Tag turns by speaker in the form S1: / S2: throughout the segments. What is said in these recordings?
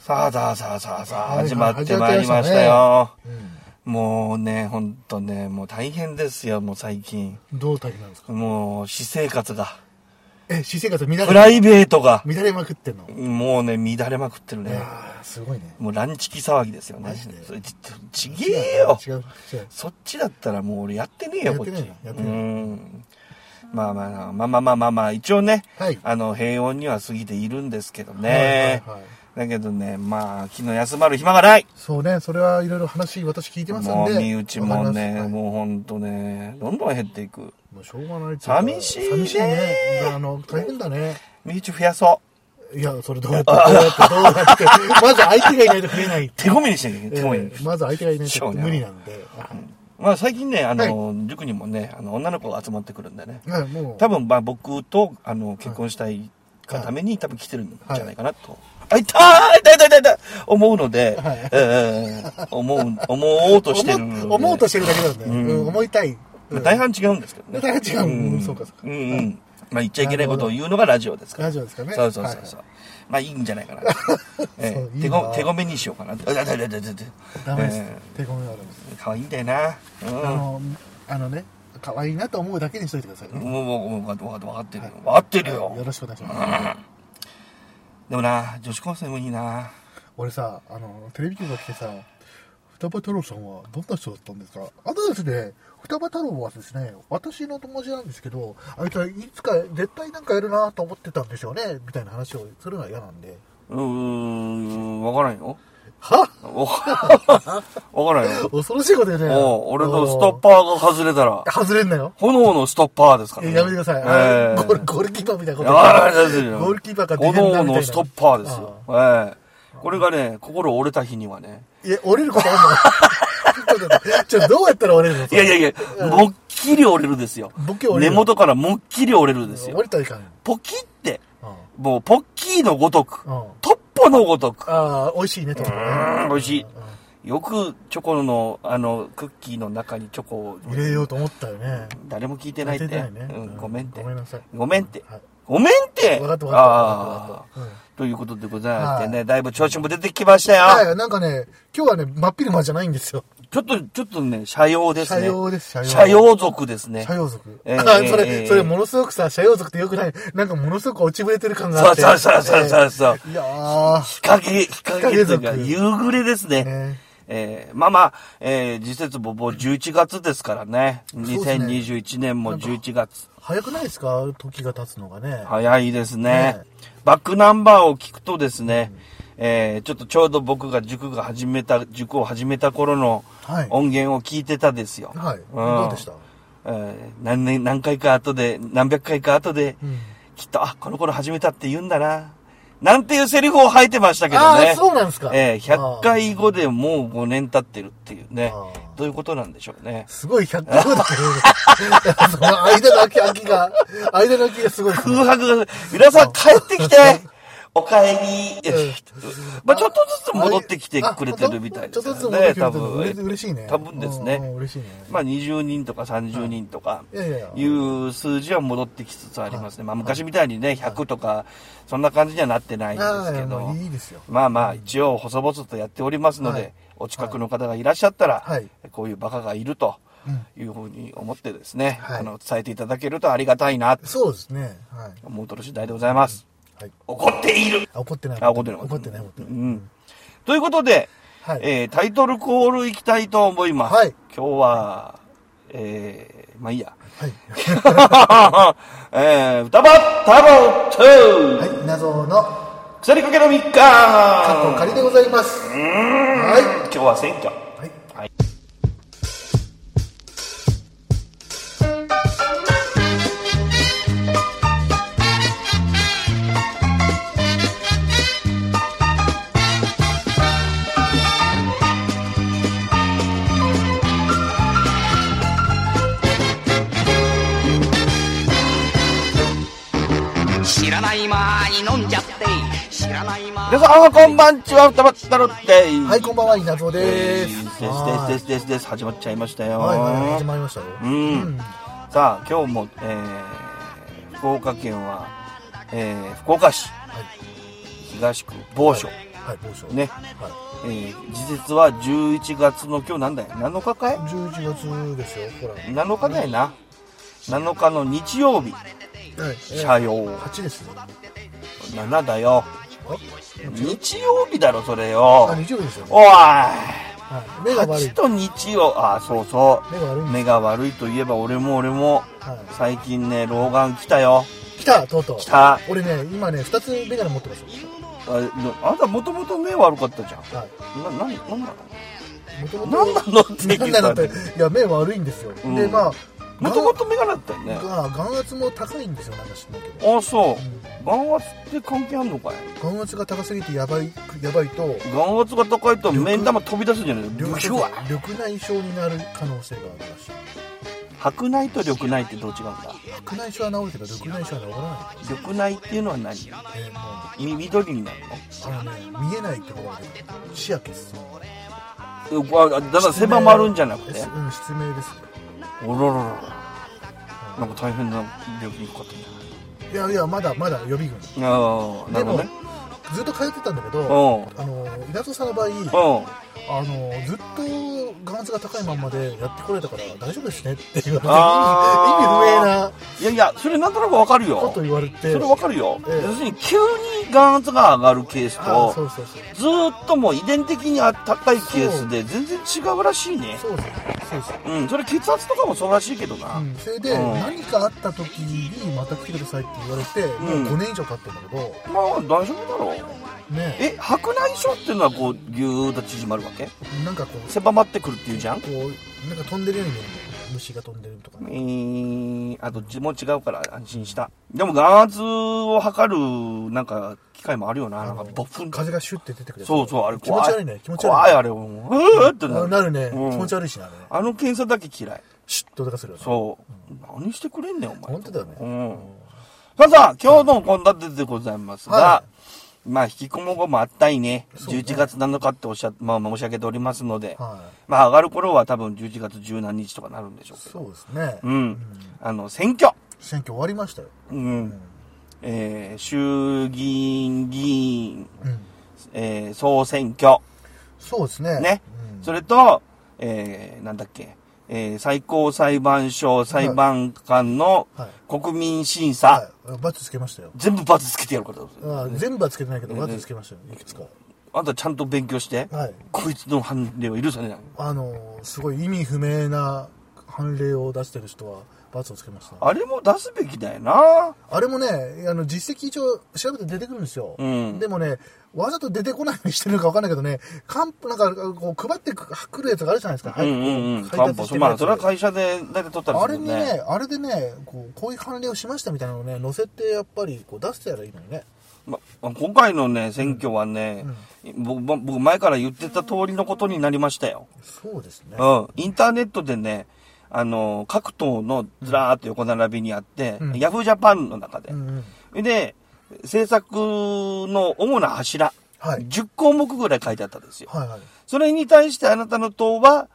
S1: さあさあさあさあさあ、
S2: はい
S1: 始まってまいりましたよ。
S2: うん
S1: もうね、ほんとね、もう大変ですよ、もう最近。
S2: どう大変なんですか
S1: もう、私生活が、
S2: え、私生活乱
S1: プ
S2: れ、
S1: ライベートが、
S2: 乱れまくってんの、
S1: もうね、乱れまくってる
S2: い
S1: ね。
S2: やー、すごいね。
S1: もうランチキ騒ぎですよね
S2: マジで。
S1: それちちげえよ
S2: 違う、違う。
S1: そっちだったらもう俺やってねえよ、こっち。
S2: やってねえよやってねえ
S1: う
S2: よ
S1: ん。まあまあまあまあまあまあまあ、一応ね、
S2: はい
S1: あの、平穏には過ぎているんですけどね。
S2: はいはいはい
S1: だけどね、まあ、気の休まる暇がない
S2: そうね、それはいろいろ話、私聞いてますんで。
S1: もう身内
S2: わか
S1: も
S2: ります
S1: ね、
S2: はい
S1: もうほんとね、どんどん減っていく。
S2: もうしょうがないってうか
S1: 寂しいね
S2: 寂しいね。あの、大変だね。
S1: 身内増やそう。
S2: いや、それどう やって、どうやって、どうやって。まず相手がいないと増えない。
S1: 手込みにしなきゃいけない、手込みに。
S2: えーまず相手がいないと無理なんで。
S1: まあ最近ね、あの、塾にもね、あの、女の子が集まってくるんでね。
S2: はい、もう。
S1: 多分、まあ僕と、あの、結婚したいがために、多分来てるんじゃないかなと。あ、いたーいたいたいたいた思うので、
S2: はい
S1: えー思う、思おうとしてる。
S2: 思う思うとしてるだけなんだよ。うん思いたい。
S1: ま
S2: う
S1: あ
S2: ん
S1: 大半違うんですけどね。
S2: 大半違ううんそうかそうか
S1: んうん。まあ言っちゃいけないことを言うのがラジオですから。
S2: ラジオですかね
S1: そうそうそうそう。まあいいんじゃないかな。え
S2: そう
S1: え
S2: い
S1: 手
S2: いな
S1: ご手ごめにしようかな。あ、だだだだだだ。
S2: ダメです
S1: ええ。
S2: 手こめはダメです。
S1: 可愛いんだよな。
S2: あの、あのね、可愛いなと思うだけにしといてください
S1: うん。
S2: ね。
S1: もう、もう、もう、分かって分かってるよ。分かってるよ。
S2: よろしくお願いします。
S1: でもな、女子高生もいいな。
S2: 俺さ、あの、テレビ局が来てさ、双葉太郎さんはどんな人だったんですかあとですね、双葉太郎はですね、私の友達なんですけど、あいつはいつか絶対なんかやるなと思ってたんでしょうね、みたいな話をするのは嫌なんで。
S1: うーん、分からんよ。
S2: は
S1: 分からん分からんよ。
S2: 恐ろしいこと言うね。
S1: おう俺のストッ
S2: パ
S1: パーが外れたら、
S2: ー。外れんなよ。
S1: 炎のストッパーですから
S2: え
S1: ね。
S2: やめてください。
S1: ええ
S2: あゴールゴールキーパーみたいなこと。
S1: あーですよ
S2: ゴールキーパーがディフェ
S1: 炎
S2: ンダーみたいな
S1: のストッパーですよ。ええこれがね、心折れた日にはね。
S2: いや、折れることあ んのちょっと待ってちょっとどうやったら折れるの
S1: いやいやいや、もっきり折れるですよ
S2: もっきり。折れ
S1: 根
S2: る
S1: 元からもっきり折れるです
S2: 折
S1: よ。
S2: れたらいかん。
S1: ポキって、
S2: うん
S1: もうポッキーのごとく
S2: うん、
S1: トッポのごとく。
S2: ああ、美味しいね、と。
S1: うん美味しい。よくチョコの、あの、クッキーの中にチョコを
S2: 入れようと思ったよね。
S1: 誰も聞いてないって。
S2: 聞いてないね
S1: うん、ごめんって。
S2: ごめんなさい
S1: ごめんって。
S2: はい
S1: ごめんって。
S2: わかったわ
S1: あ
S2: か
S1: あ
S2: ったわかったわかっ
S1: ということでございましてね、
S2: は
S1: だいぶ調子も出てきましたよ。
S2: た。うんはい、なんかね、今日はね、真っ昼間じゃないんですよ。
S1: ちょっと、ちょっとね、社用ですね。
S2: 斜陽です斜陽
S1: 斜陽族ですね。
S2: 社用族。
S1: えー
S2: あ そ
S1: えー
S2: れ、それものすごくさ、社用族ってよくない。なんかものすごく落ちぶれてる感があって。
S1: そうそうそうそうそう
S2: えーいやー。
S1: 日陰、日陰というか、
S2: 日陰
S1: 夕暮れですね。
S2: ね
S1: えーまあまあ、えー、時節ぼぼ11月ですからね。
S2: うですね
S1: 2021年も11月。
S2: 早くないですか時が経つのがね。
S1: 早いですね
S2: ね。
S1: バックナンバーを聞くとですね、えーちょっとちょうど僕が塾が始めた、塾を始めた頃の
S2: はい
S1: 音源を聞いてたですよ。
S2: はい。
S1: ん
S2: どうでした
S1: えー何年、何回か後で、何百回か後で、
S2: ん
S1: きっと、あ、この頃始めたって言うんだな。なんていうセリフを吐いてましたけどね。
S2: あーそうなんですか
S1: えー100
S2: あ
S1: 回後でもう5年経ってるっていうね
S2: あ。
S1: どういうことなんでしょうね。
S2: すごい100回だけ ど、その間の空き空きが、間の空きがすごいですね、
S1: 空白が、皆さん帰って きてお帰り、まあちょっとずつ戻ってきてくれてるみたいです
S2: あちょっとずつ
S1: よ
S2: 戻って
S1: ね、
S2: きてく
S1: 多
S2: れて
S1: 分。
S2: る嬉嬉しいね
S1: 多分ですね
S2: うんうん。嬉しいね
S1: まあ20人とか30人とか、
S2: いやいやいや
S1: いう数字は戻ってきつつありますね。まあ昔みたいにね、100とか、そんな感じにはなってないんですけ
S2: あー
S1: ど
S2: まあ。いいですよ
S1: まあまあ、一応細々とやっておりますので、
S2: はい
S1: お近くの方がいらっしゃったら、
S2: はい
S1: こういうバカがいると。いうふうに思ってですね、
S2: はい
S1: あの伝えていただけるとありがたいなと
S2: そうですね。はい。
S1: 思うとる次第でございます。
S2: はい、
S1: 怒っている
S2: あ怒ってない。
S1: あ怒ってない
S2: 怒ってない。怒って
S1: う
S2: ない。
S1: ん。ということで、
S2: はい
S1: えータイトルコール行きたいと思います。
S2: はい
S1: 今日は、えー、まあいい や。
S2: はい。
S1: えー、歌ば太郎 2!、
S2: はい。謎の
S1: 鎖かけの3日
S2: 過去仮でございます。は
S1: 今日は選挙。
S2: い。はい。
S1: はい。
S3: 知らない間に飲んじゃって知らない間
S1: 皆さん、こんばんちは、歌ば太郎です。
S2: はい、こんばんは、謎
S1: で
S2: ですす。
S1: ですですですです始まっちゃいましたよ。
S2: はいはいはい。始まりましたよ。
S1: うん、さあ今日も、えー福岡県は、えー福岡市、東区某所、
S2: ははい、某所。
S1: ね
S2: は
S1: えー、時節は11月の今日なんだよ7日かい
S2: い。11月ですよ、ほら。はい。
S1: 7日だよな7日の日曜日
S2: 8
S1: 社用
S2: ですね。
S1: 7だよ日曜日だろそれ
S2: あ、
S1: よ
S2: 日曜日ですよね。
S1: おい
S2: はい。目が悪い
S1: 8。と日曜あそうそ
S2: 目が悪いん
S1: う
S2: です。
S1: 目が悪いといえば俺も俺も
S2: はい
S1: 最近ね老眼来たよ
S2: 来た、とうとう。
S1: 来た
S2: 俺ね、今ね、2つメガネ持ってますよ。
S1: ああんたもともと目悪かったじゃん
S2: はい。
S1: な何何な
S2: もとも
S1: の何なのって言
S2: なん
S1: った
S2: だ
S1: の
S2: って、いや、目悪いんですよ。
S1: うん
S2: で、まあ、
S1: もともと目がなったよね
S2: 眼が眼圧も高いんですよ、なんか知んないけど。
S1: あそう
S2: うん
S1: 眼圧って関係あんのかい
S2: 眼圧が高すぎてやばい、やばいと、
S1: 眼圧が高いと目ん玉飛び出すんじゃない
S2: 緑
S1: の
S2: 内
S1: は
S2: 緑内障になる可能性があるらしい。
S1: 白内と緑内ってどう違うんだ
S2: 白内障は治るけど、緑内障は治らない。
S1: 緑内っていうのは何
S2: えーもう
S1: み緑になる
S2: あのね、見えないところが出てくる視野欠損。
S1: のあだから狭まるんじゃなくて
S2: 失明うん、失明ですね。
S1: おろろろろなんか大変な病気にかかってんじ
S2: いやいや、まだまだ予備軍。
S1: ゃないああな
S2: で
S1: るほ
S2: も
S1: どね、
S2: ずっと通ってたんだけ
S1: う
S2: ど、
S1: ん
S2: あの、稲戸さんの場合、
S1: うん
S2: あの、ずっと眼圧が高いまんまでやってこれたから大丈夫ですねって言われて、
S1: あー
S2: 意味不明ない
S1: やいやそれなんとなくわかる
S2: こ
S1: よ
S2: と言われて、
S1: それわかるよ、
S2: ええ
S1: 要するに急に眼圧が上がるケース
S2: あーそ
S1: と
S2: うそうそう。
S1: ずーっともう遺伝的に高いケースで全然違うらしいね
S2: そうそうそうそう。
S1: うんそれ血圧とかもそうらしいけどな、
S2: うん、それで、
S1: うん
S2: 何かあった時にまた来てくださいって言われて、もう5年以上経ってんだけど、
S1: まあ大丈夫だろう
S2: ね、
S1: え白内障っていうのはこうぎゅーっと縮まるわけ
S2: なんかこう、
S1: 狭まってくるっていうじゃん
S2: こうなんか飛んでるように見えるの虫が飛んでるとか
S1: え
S2: ね
S1: ー、あどっちも違うから安心したでも眼圧を測るなんか機械もあるよななんかボフン
S2: 風がシュッて出てくる
S1: そうそうあれ
S2: 気持
S1: 怖い
S2: ち悪いね気持ち悪い
S1: 怖いあれもううーってな
S2: あ
S1: る
S2: なるね、
S1: うん
S2: 気持ち悪いしなあれね
S1: あの検査だけ嫌い
S2: シュッと出かするよね
S1: そう、何してくれんねんお前
S2: 本当だよ
S1: う
S2: ね
S1: んさあさあ今日の献立でございますが、
S2: は
S1: まあ引きこもごもあったいね
S2: そうね
S1: 11月7日っておっしゃ、まあ、申し上げておりますので、
S2: は
S1: まあ上がる頃は多分11月十何日とかなるんでしょう
S2: い
S1: けど。
S2: そうですね、
S1: うん。あの、選挙。
S2: 選挙終わりましたよ
S1: うん。えー衆議院議員、
S2: うん
S1: えー総選挙。
S2: そうですね
S1: ね。
S2: うん
S1: それと、えーなんだっけ。えー最高裁判所裁判官の
S2: は
S1: 国民審査。
S2: はいバツつけましたよ
S1: 全部バツつけてやるからどうする
S2: あー全部はつけてないけどバツつけましたよいくつか
S1: あんたちゃんと勉強して。
S2: はい
S1: こいつの判例は許されない。
S2: あのーすごい意味不明な判例を出してる人はバツをつけました
S1: あれも出すべきだよな。
S2: あれもね、あの実績一応調べて出てくるんですよ。
S1: うん
S2: でもね、わざと出てこないようにしてるのかわかんないけどね、カンプなんかこう配ってくくるやつがあるじゃないですか。
S1: うんうんうん。
S2: 配
S1: 担
S2: 達
S1: 保そ
S2: してる
S1: ま
S2: や
S1: あ、
S2: つ
S1: それは会社で大体取ったり
S2: あ
S1: す
S2: れ
S1: るもん
S2: に
S1: ね。
S2: ね、あれでね、こうこういう判例をしましたみたいなのをね、載せてやっぱりこう出してやらいいのにね。
S1: ま、今回のね、選挙はね、僕、僕僕前から言ってた通りのことになりましたよ。
S2: そうですね。
S1: うん。インターネットでね、あの、各党のずらーっと横並びにあって、
S2: うん
S1: ヤフージャパンの中で
S2: う。んうん。
S1: で、政策の主な柱、
S2: はい
S1: 10項目ぐらい書いてあったんですよ。
S2: はいはい。
S1: それに対してあなたの党は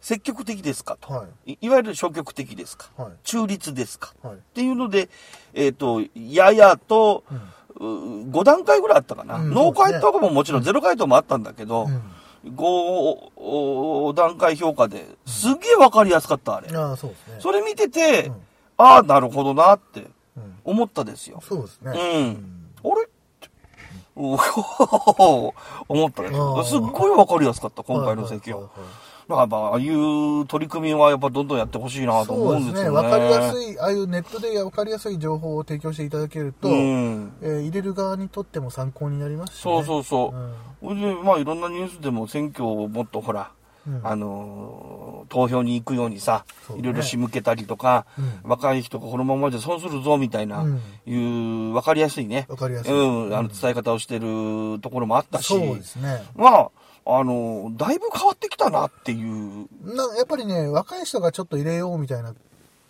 S1: 積極的ですかと。、
S2: はい
S1: いわゆる消極的ですか、
S2: はい
S1: 中立ですか、
S2: はい
S1: っていうので、えっ、と、ややと、5段階ぐらいあったかな。
S2: うん
S1: ノー回答ももちろんゼロ回答もあったんだけど、5段階評価ですげえわかりやすかった、あれ。
S2: ああ、そうですね。
S1: それ見てて、
S2: うん
S1: ああ、なるほどなって
S2: うん
S1: 思ったですよ。
S2: そうですね。
S1: うん。あれ って、おー思ったね
S2: あ。ー
S1: すっごいわかりやすかった、今回の選挙。
S2: はいはいはいはい
S1: だから、まあ、ああいう取り組みはやっぱどんどんやってほしいなと
S2: そ
S1: 思
S2: う
S1: うん
S2: で
S1: ですす
S2: ね。
S1: よね。
S2: わかりやす
S1: い
S2: い、ああいうネットでわかりやすい情報を提供していただけると、
S1: うん
S2: えー入れる側にとっても参考になりますし、ね。
S1: そうそうそう
S2: うん。
S1: それで、まあ、いろんなニュースでも選挙をもっとほら、
S2: うん
S1: あのー投票に行くようにさ、
S2: そうね
S1: いろいろ仕向けたりとか、
S2: う
S1: 若い人がこのままじゃ損するぞ、みたいな、
S2: うん
S1: いう、わかりやすいね。
S2: わかりやすい
S1: うん、あの、伝え方をしてるところもあったし。
S2: そうですね。
S1: まあ、あの、だいぶ変わってきたなっていう。
S2: なやっぱりね、若い人がちょっと入れようみたいな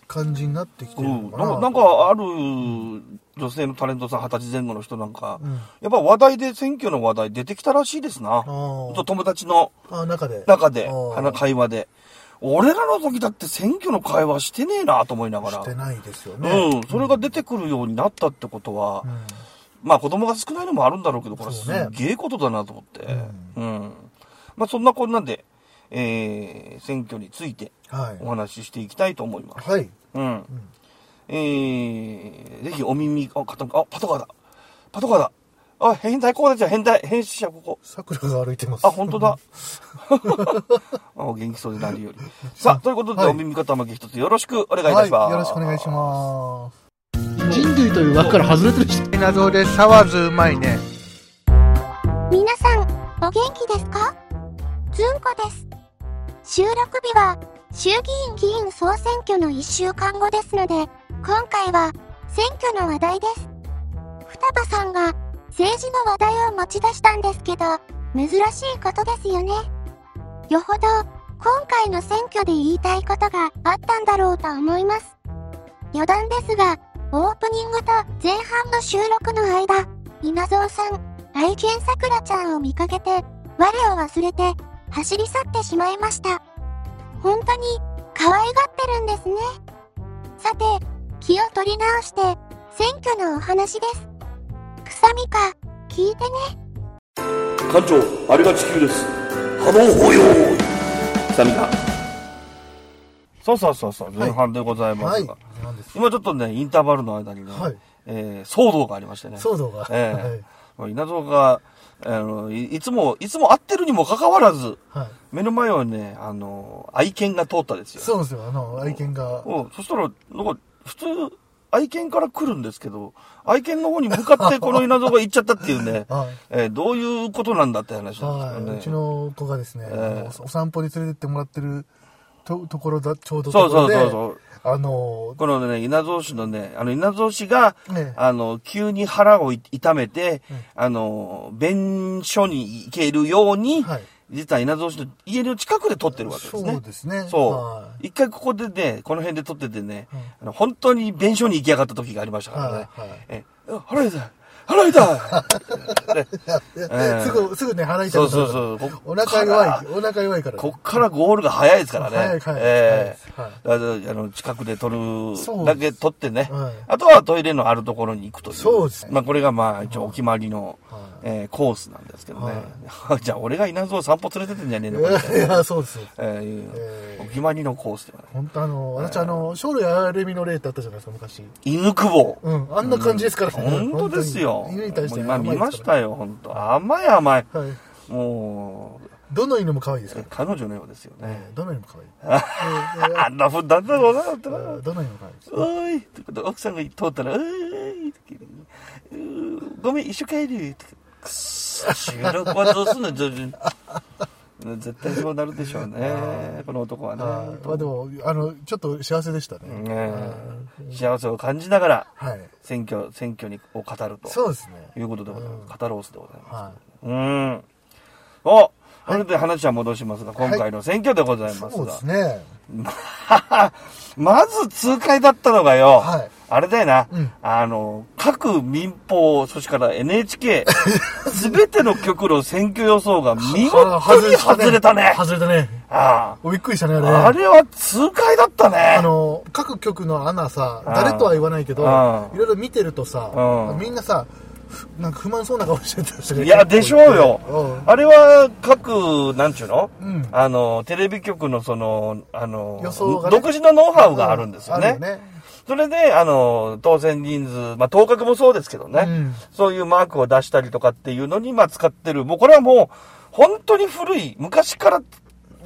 S2: 感じになってきて
S1: う
S2: る
S1: ん、
S2: の
S1: なん
S2: かな。
S1: かなんかある女性のタレントさん、二十歳前後の人なんか、
S2: うん
S1: やっぱ話題で選挙の話題出てきたらしいですな。
S2: ー
S1: と友達の
S2: あ、中で。
S1: 中で、話
S2: し
S1: 会話で。俺らの時だって選挙の会話してねえなと思いながら。
S2: てないですよね。
S1: うん、それが出てくるようになったってことは、
S2: うん
S1: まあ子供が少ないのもあるんだろうけど、これす
S2: そうね
S1: げえことだなと思って。うん。まあそんなこんなんで、えー、選挙について
S2: はい
S1: お話ししていきたいと思います。
S2: はい。
S1: うん。えー、ぜひお耳、あ、かたあ、パトカーだ。パトカーだ。あ、変態コーナーじゃん変態、変死者ここ。
S2: 桜が歩いてます。
S1: あ、本当だ。 あお元気そうで何より。さあ、ということで、
S2: はい
S1: お耳方まき一つよろしくお願いい
S2: は
S1: た
S2: い。
S1: します。
S2: よろしくお願いします。
S4: 人類という枠から外れてる人
S2: 謎で沢津うまいね。
S5: 皆さん、お元気ですかずんこです。収録日は、衆議院議員総選挙の1週間後ですので、今回は、選挙の話題です。双葉さんが、政治の話題を持ち出したんですけど、珍しいことですよね。よほど、今回の選挙で言いたいことがあったんだろうと思います。余談ですが、オープニングと前半の収録の間、稲造さん、愛犬さくらちゃんを見かけて、我を忘れて、走り去ってしまいました。本当に、可愛がってるんですね。さて、気を取り直して、選挙のお話です。くさみか、聞いてね。
S1: 館長、あれが地球です。波動法要さみが。そうそうそうそう、前半でございま
S2: は
S1: す
S2: い
S1: が。。
S2: なんです。
S1: 今ちょっとね、インターバルの間にね、
S2: はい
S1: えー騒動がありましてね。
S2: 騒動が。
S1: え えもう稲造が、あのい、いつも、いつも会ってるにもかかわらず、
S2: はい。はい。
S1: 目の前をね、あの、愛犬が通ったんですよ。
S2: そうですよ。あの、愛犬が。、
S1: うん、そしたら、なんか、普通、愛犬から来るんですけど、愛犬の方に向かってこの稲造が行っちゃったっていうね
S2: はい
S1: えーどういうことなんだって話な
S2: はい。
S1: ん
S2: う
S1: です
S2: ち
S1: よね。
S2: の子がですね、あ
S1: ええ
S2: のお散歩に連れてってもらってるとところだ、ちょうど
S1: そ
S2: と
S1: う
S2: こ
S1: そ
S2: ろ
S1: う
S2: で、
S1: そうそう。
S2: あの、
S1: このね、稲造市のね、あの、稲造市が、
S2: ね
S1: あの、急に腹をい痛めて、
S2: うん
S1: あの、弁所に行けるように、
S2: はい
S1: 実は稲造市の家の近くで撮ってるわけですね。
S2: そうですね
S1: そ
S2: は
S1: う。一回ここでね、この辺で撮っててね、
S2: うん
S1: あの本当に弁所に行きやがった時がありましたからね。
S2: はいはい
S1: え、あ腹痛い腹痛いねええ
S2: すぐ、すぐね、腹痛
S1: そ
S2: く
S1: うそう
S2: なる
S1: そう。こ
S2: お腹弱い、お腹弱いからね。
S1: こっからゴールが早いですからね。
S2: 早い早い
S1: ええだからあの、近くで撮る
S2: そう
S1: だけ撮ってね。
S2: はい
S1: あとはトイレのあるところに行くという。
S2: そうですね
S1: まあこれがまあ一応お決まりの、
S2: はい
S1: えーコースなんですけどね。 じゃあ俺が稲造散歩連れてってんじゃねえの
S2: い
S1: かみ
S2: や
S1: たい
S2: い
S1: な。
S2: や、そうですよ。
S1: えーいう
S2: ええ
S1: お決まりのコースではね。
S2: 本当あの、私あの、生類あれみの例ってあったじゃないですか、昔。
S1: 犬久保。
S2: うん、あんな感じですからね。
S1: 本当ですよ。
S2: 犬に対して
S1: もう今
S2: 甘いです
S1: 見
S2: から
S1: ましたよ、本当。甘い甘い。
S2: はい。
S1: もう、
S2: どの犬も可愛いですから。
S1: 彼女のようですよね。
S2: どの犬も可愛い。
S1: あんなふんだんだろうな、ってな。
S2: どの犬も可愛いです。
S1: おーいってこと奥さんが通ったら、おーいってうーごめん、一緒帰るって。くっそ、収録はどうすんの徐々に絶対そうなるでしょうね。この男はね。
S2: はい。まあでも、あの、ちょっと幸せでしたね。
S1: ね幸せを感じながら、
S2: はい。
S1: 選挙、選挙にを語ると。
S2: そうですね。
S1: いうことでございます。語ロースでございます。
S2: は
S1: うーん。おそれで話は戻しますが、今回の選挙でござい
S2: い。
S1: ます
S2: そう
S1: が
S2: です。ね。
S1: まず痛快だったのがよ、
S2: はい
S1: あれだよな、
S2: うん
S1: あの、各民放、そしてから NHK、す べての局の選挙予想が見事に外れたね。
S2: 外れたね。
S1: あ
S2: びっくりしたね、あれ。
S1: ああれは痛快だったね。
S2: あの、各局のアナさ、誰とは言わないけど
S1: あ、あ
S2: いろいろ見てるとさ
S1: う、ん
S2: みんなさ、ふなんか不満そうな顔してたしね
S1: いや、でしょうよ。
S2: う
S1: あれは、各、なんちゅうの、
S2: うん
S1: あの、テレビ局の、その、あの、
S2: 予想がね
S1: 独自のノウハウがあるんですよ
S2: あ
S1: ね。
S2: るね。
S1: それで、あの、当選人数、まあ、当確もそうですけどね、
S2: うん
S1: そういうマークを出したりとかっていうのに、まあ、使ってる。もう、これはもう、本当に古い、昔から、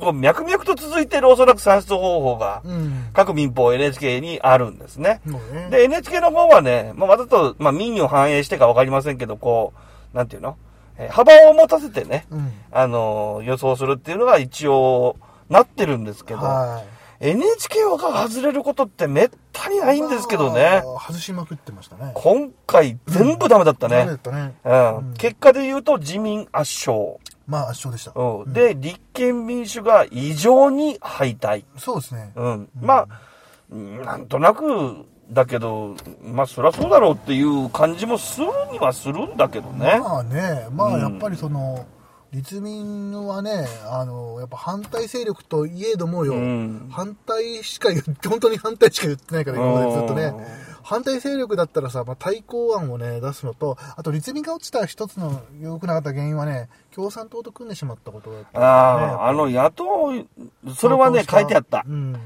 S1: こう脈々と続いてるおそらく算出方法が、
S2: うん。
S1: 各民放 NHK にあるんですね。
S2: もうね。
S1: で、NHK の方はね、まあ、わざと、まあ、民意を反映してかわかりませんけど、こう、なんていうの、えー幅を持たせてね、
S2: うん。
S1: あのー予想するっていうのが一応、なってるんですけど、
S2: は。
S1: NHK が外れることってめったにないいんですけどね。
S2: まあ。外しまくってましたね。
S1: 今回全部ダメだった
S2: ダメだ
S1: ね
S2: っ。たね。
S1: うん
S2: うん
S1: 結果で言うと自民圧勝。
S2: まあ圧勝でした。
S1: うんで、立憲民主が異常に敗退。
S2: そうですね。
S1: うん、まあ、うんなんとなく、だけど、まあ、そりゃそうだろうっていう感じもするにはするんだけどね。
S2: まあね、まあ
S1: うん
S2: やっぱりその、立民はね、あの、やっぱ反対勢力といえどもよ、
S1: うん
S2: 反対しか言って、本当に反対しか言ってないから、今までずっとね
S1: うん。
S2: 反対勢力だったらさ、まあ、対抗案をね、出すのと、あと、立民が落ちた一つの良くなかった原因はね、共産党と組んでしまったことだった、
S1: ああ、あの、野党、それはね、書いてあった。
S2: う
S1: うん。
S2: ん。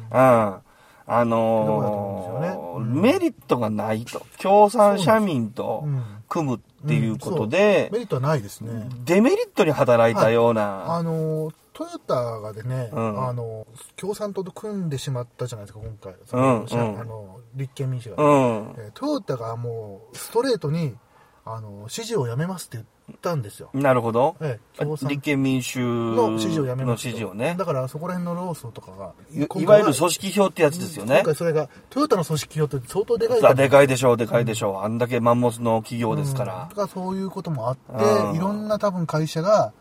S1: あ
S2: そうだと思
S1: の
S2: う
S1: ー
S2: んですよねうん
S1: メリットがないと。共産社民と
S2: うん
S1: 組むっていうことで、
S2: メリットはないですね。
S1: デメリットに働いたよう
S2: あ
S1: な。
S2: のトヨタがでね、
S1: うん
S2: あの共産党と組んでしまったじゃないですか、今回、そ
S1: うん
S2: のしゃ
S1: うん
S2: あの立憲民主
S1: う
S2: が、
S1: ん。
S2: えートヨタがもうストレートにあの支持をやめますって言ったんですよ、
S1: なるほど。
S2: ええ共産
S1: 立憲民主
S2: の支持をやめ
S1: の
S2: ますと
S1: 支持をね
S2: だ。からそこら辺の労組とかが、
S1: い
S2: 今回
S1: いわゆる組織票ってやつですよね
S2: 今。回それが、トヨタの組織票って相当でかい
S1: あでかいでしょう、でかいでしょう。あんだけマンモスの企業ですか
S2: うん
S1: ら
S2: だ。からそういうこともあって、
S1: うん
S2: いろんな多分会社が、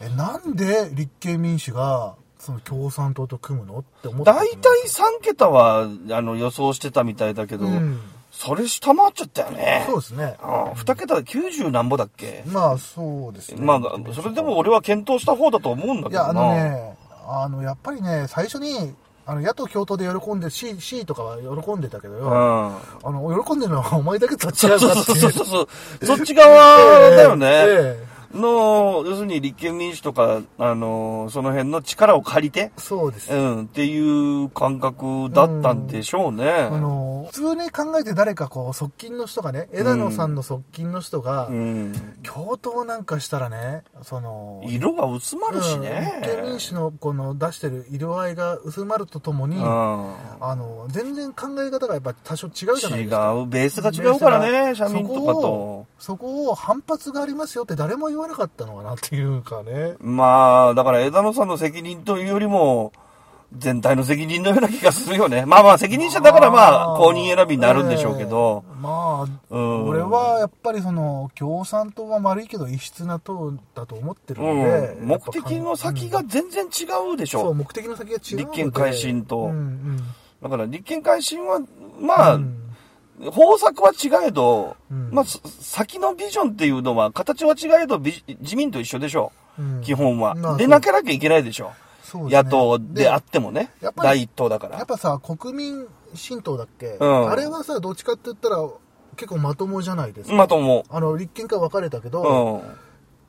S2: え、なんで立憲民主が、その共産党と組むのって思ってたと
S1: 大
S2: 思
S1: 体
S2: う
S1: 3桁は、あの、予想してたみたいだけど、
S2: うん
S1: それ下回っちゃったよね。
S2: そうですね。
S1: ああ2桁で90何ぼだっけ、
S2: まあ、そうですね。
S1: まあ、それでも俺は検討した方だと思うんだ
S2: い
S1: け
S2: や、
S1: ど
S2: あ
S1: な。
S2: のね、あの、やっぱりね、最初に、あの、野党共闘で喜んで、C、C とかは喜んでたけど
S1: う
S2: よ、
S1: ん。
S2: あの、喜んでるのはお前だけとは違
S1: そう
S2: う
S1: そ
S2: な
S1: う
S2: っ
S1: そ
S2: て
S1: う
S2: いう。
S1: そうそう。そっち側だよね。
S2: ええええ
S1: の、要するに立憲民主とか、あの、その辺の力を借りて、
S2: そうです
S1: う。ん、っていう感覚だったんでしょうね。
S2: あの、普通に考えて誰かこう、側近の人がね、枝野さんの側近の人が、
S1: うん。
S2: 共闘なんかしたらね、その、
S1: 色が薄まるしね
S2: うん。立憲民主のこの出してる色合いが薄まるとともに、
S1: う
S2: あの、全然考え方がやっぱ多少違うじゃないですか
S1: ん。違。う。ベースが違うからね、
S2: そ
S1: 社
S2: こ
S1: 民とかと
S2: を。そこを反発がありますよって誰も言わなかったのかなっていうかね。
S1: まあ、だから枝野さんの責任というよりも、全体の責任のような気がするよね。 まあまあ、責任者だからまあ、公認選びになるんでしょうけど
S2: え。えまあ、
S1: うん
S2: 俺はやっぱりその、共産党は丸いけど異質な党だと思ってる
S1: うん
S2: で。
S1: ん。目的の先が
S2: うん
S1: 全然違うでし
S2: そう、
S1: ょ。
S2: 目的の先が違うので。
S1: 立憲改進と
S2: うんうん。
S1: だから立憲改進は、まあ
S2: う、ん
S1: 方策は違えど、
S2: うん
S1: まあ、そ先のビジョンっていうのは、形は違えど、ビジ自民と一緒でしょう。
S2: うん
S1: 基本は
S2: まあ。
S1: でなきゃなきゃいけないでしょ。
S2: そううですね
S1: 野党であってもね
S2: やっ。ぱり
S1: 第一党だか
S2: やっ
S1: ら。
S2: ぱさ、国民新党だっけ、
S1: うん
S2: あれはさ、どっちかって言ったら、結構まともじゃないですか。
S1: まとも。
S2: あの、立憲から分かれたけど、
S1: うん。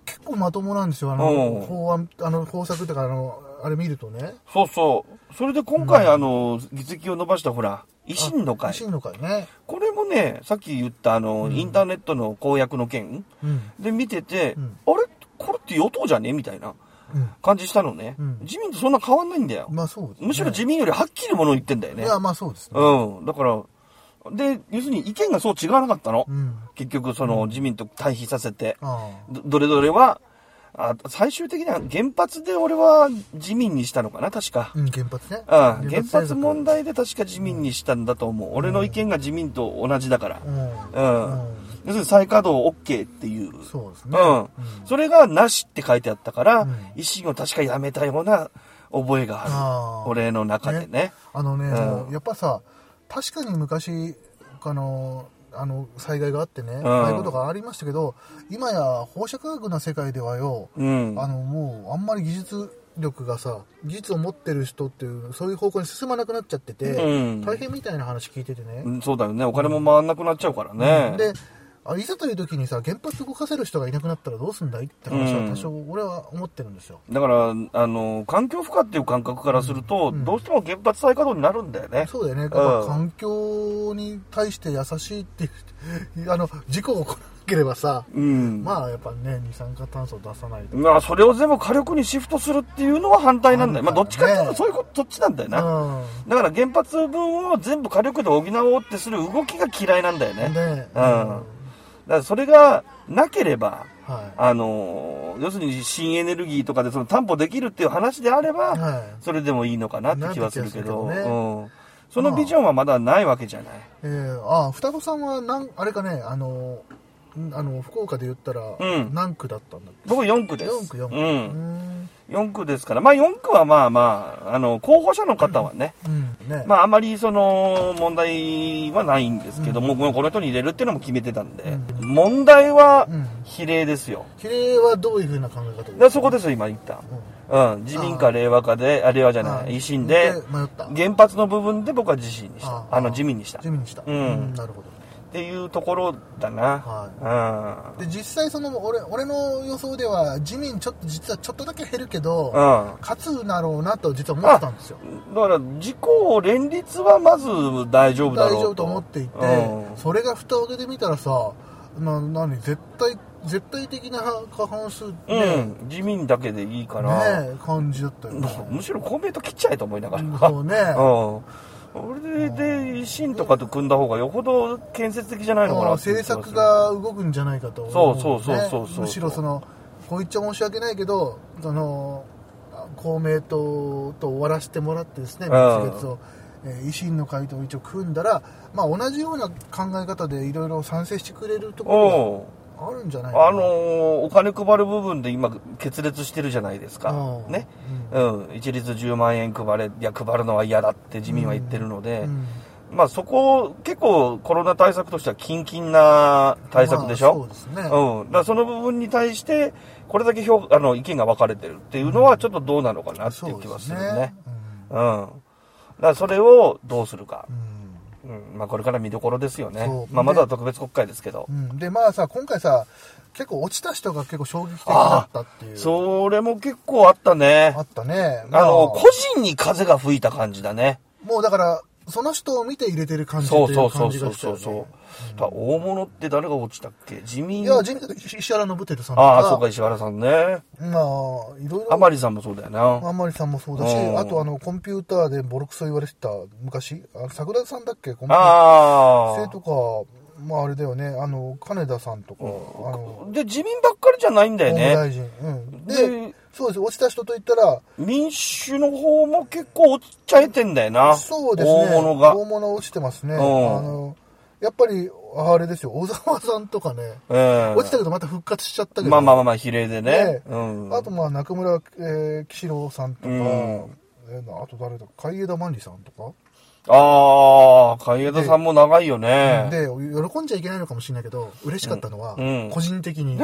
S2: 結構まともなんですよ、あの、
S1: うん
S2: 法案、あの、工作ってか、あの、あれ見るとね。
S1: そうそう。それで今回、あの、議席を伸ばした、ほら、維新の
S2: 維
S1: 会。
S2: 新の会ね。
S1: これもね、さっき言った、あの、インターネットの公約の件
S2: うん。
S1: で見てて、
S2: うん
S1: あれこれって与党じゃねみたいな
S2: うん。
S1: 感じしたのね。
S2: うん
S1: 自民とそんな変わんないんだよ。
S2: まあそうです、ね。
S1: むしろ自民よりはっきりものを言ってんだよね。
S2: いや、まあそうですね。
S1: うん。だから、で、要するに意見がそう違わなかったの。
S2: うん。
S1: 結局、その、自民と対比させて、
S2: ああ。
S1: どどれどれは、あ最終的には原発で俺は自民にしたのかな、確か。
S2: うん、原発ね。
S1: ああ
S2: 政
S1: 原
S2: 策
S1: 発問。題で確か自民にしたんだと思う。俺の意見が自民と同じだから。
S2: うん。
S1: うん。
S2: うん
S1: 要するに再稼働 OK っていう。
S2: そうです
S1: う
S2: ね。
S1: ん。それがなしって書いてあったから、
S2: うん
S1: 維新を確かやめたような覚えがあ
S2: あ
S1: る。
S2: あ
S1: 俺の中でね。
S2: あのね、
S1: ん
S2: もうやっぱさ、確かに昔、あの、あの災害があってね、
S1: ん
S2: ああいうことがありましたけど、今や放射科学の世界ではよ、
S1: うん。
S2: あのもうあんまり技術力がさ技術を持ってる人っていうそういう方向に進まなくなっちゃってて、
S1: うん
S2: 大変みたいな話聞いててね
S1: う、んそうだよね。お金も回んなくなっちゃうからね。
S2: であいざという時にさ原発動かせる人がいなくなったらどうすんだいって話
S1: う
S2: は
S1: ん
S2: 多少俺は思ってるんですよ、
S1: だから、あの、環境負荷っていう感覚からすると、どうしても原発再稼働になるんだよね。
S2: そうだよねやっ
S1: う
S2: ぱ
S1: ん
S2: 環境に対して優しいっていうあの事故が起こらなければさ、
S1: うん。
S2: まあやっぱね二酸化炭素を出さないと、
S1: まあ、それを全部火力にシフトするっていうのは反対なんだよ。まあ、どっちかっていうと、
S2: ね
S1: そういうこと、どっちなんだよな。
S2: う
S1: だから原発分を全部火力で補おうってする動きが嫌いなんだよね。
S2: ん
S1: だか
S2: ね
S1: うんらそれがなければ、
S2: は
S1: あの、要するに新エネルギーとかでその担保できるっていう話であれば、
S2: い、はい
S1: それでもいいのかなって気はするけど、
S2: なって気がするけど
S1: うん。そのビジョンはまだないわけじゃない。
S2: えー、あ双子さんはなんあれかねあのんあの福岡で言ったら
S1: うん
S2: 何区だったんだっ
S1: 僕4区
S2: け、
S1: です。
S2: 4区4区
S1: う
S2: ー
S1: ん。
S2: ん
S1: 4区ですから、まあ4区はまあまあ、あの、候補者の方はね、
S2: うんね。
S1: まあ、あまりその問題はないんですけども、もうこの人に入れるっていうのも決めてたんで、問題は
S2: うん
S1: 比例ですよ。
S2: 比例はどういうふうな考え方です
S1: だからそこですよ、今言った。うん、自民か令和かで、あ、令和じゃな
S2: はい
S1: い、維新で
S2: で、迷った
S1: 原発の部分で僕は自身にした。
S2: あ
S1: あ
S2: あ
S1: の、自民にした。っ
S2: 自民にした。
S1: うん
S2: なるほど。
S1: ていうところだな。
S2: で実際その俺俺の予想では自民ちょっと実はちょっとだけ減るけど、
S1: うん。うん。
S2: 勝つだろうなと実は思ってたんですよ
S1: だから、自公連立はまず大丈夫だ
S2: 大
S1: ろう
S2: 丈夫と思っていて、
S1: うん
S2: それが蓋を開けてみたらさな何絶対絶対的な過半数ね,、
S1: うん、自民だけでいいから、
S2: ね感じだったよね
S1: もうむしろ公明党切っちゃえと思いながら、
S2: そうね
S1: うん、俺でで維新とかと組んだ方がよほど建設的じゃないのか
S2: まあ
S1: なっていう
S2: 政
S1: 気する
S2: 策が動くんじゃないかと思ね
S1: そうそうそうそうそう
S2: むしろそのこう言っちゃ申し訳ないけどそのあ公明党と終わらせてもらってですね
S1: うん
S2: 蜜月を、えー維新の会と一応組んだら、まあ、同じような考え方でいろいろ賛成してくれるとこ
S1: おう
S2: ろがあるんじゃないかな
S1: あのーお金配る部分で今決裂してるじゃないですか
S2: うん
S1: ねうん、一律10万円配れいや配るのは嫌だって自民は言ってるので、
S2: うん
S1: まあそこ結構コロナ対策としてはキンキンな対策でしょ、
S2: まあそうですね、
S1: うん、だからその部分に対して、これだけ評あの意見が分かれてるっていうのは、ちょっとどうなのかなっていう気はする
S2: そう
S1: ね。
S2: うん
S1: うん。だからそれをどうするか
S2: う。ん
S1: うん。まあ、これから見どころですよね
S2: そ。う
S1: まあ、
S2: ね
S1: まだ特別国会ですけど
S2: う。ん、でまあさ今回さ結構落ちた人が結構衝撃的だったっていう
S1: それも結構あったね
S2: あ。ったね
S1: あの、
S2: ま
S1: 個人に風が吹いた感じだね。
S2: もうだから、その人を見て入れてる感じってい
S1: そうそううそ
S2: 感
S1: う
S2: じ
S1: そ
S2: が
S1: う
S2: したよ
S1: そう
S2: ね。
S1: そう。だから大物って誰が落ちたっけ自民
S2: いや、ジミー石原信輝さんと
S1: ああ、そうか、石原さんね。
S2: まあ、いろいろ。
S1: 甘利さんもそうだよな。
S2: あんまりさんもそうだし、
S1: うん
S2: あとあの、コンピューターでボロクソ言われてた昔、あ桜田さんだっけコンピュータ
S1: あ
S2: ー
S1: あ
S2: 生。とか、まああれだよね、あの、金田さんとか、あの、
S1: で、自民ばっかりじゃないんだ
S2: 法
S1: よ
S2: 務
S1: ね。
S2: 大臣。うん。
S1: で
S2: で、そうです、落ちた人と言ったら、
S1: 民主の方も結構落ちちゃえてんだよな。
S2: そうですね。
S1: 大物が。
S2: 大物落ちてますね。あ
S1: ん
S2: の、やっぱり、あれですよ、小沢さんとかね、
S1: ええ
S2: 落ちたけどまた復活しちゃったけど。
S1: まあまあまあまあ、比例でね
S2: ね。
S1: うん。
S2: あとまあ中村えー喜四郎さんとか、
S1: うん
S2: えーあと誰だ海江田万里さんとか、
S1: ああ、海江田さんも長いよね。
S2: で喜んじゃいけないのかもしれないけど嬉しかったのは、
S1: うんうん
S2: 個人的 に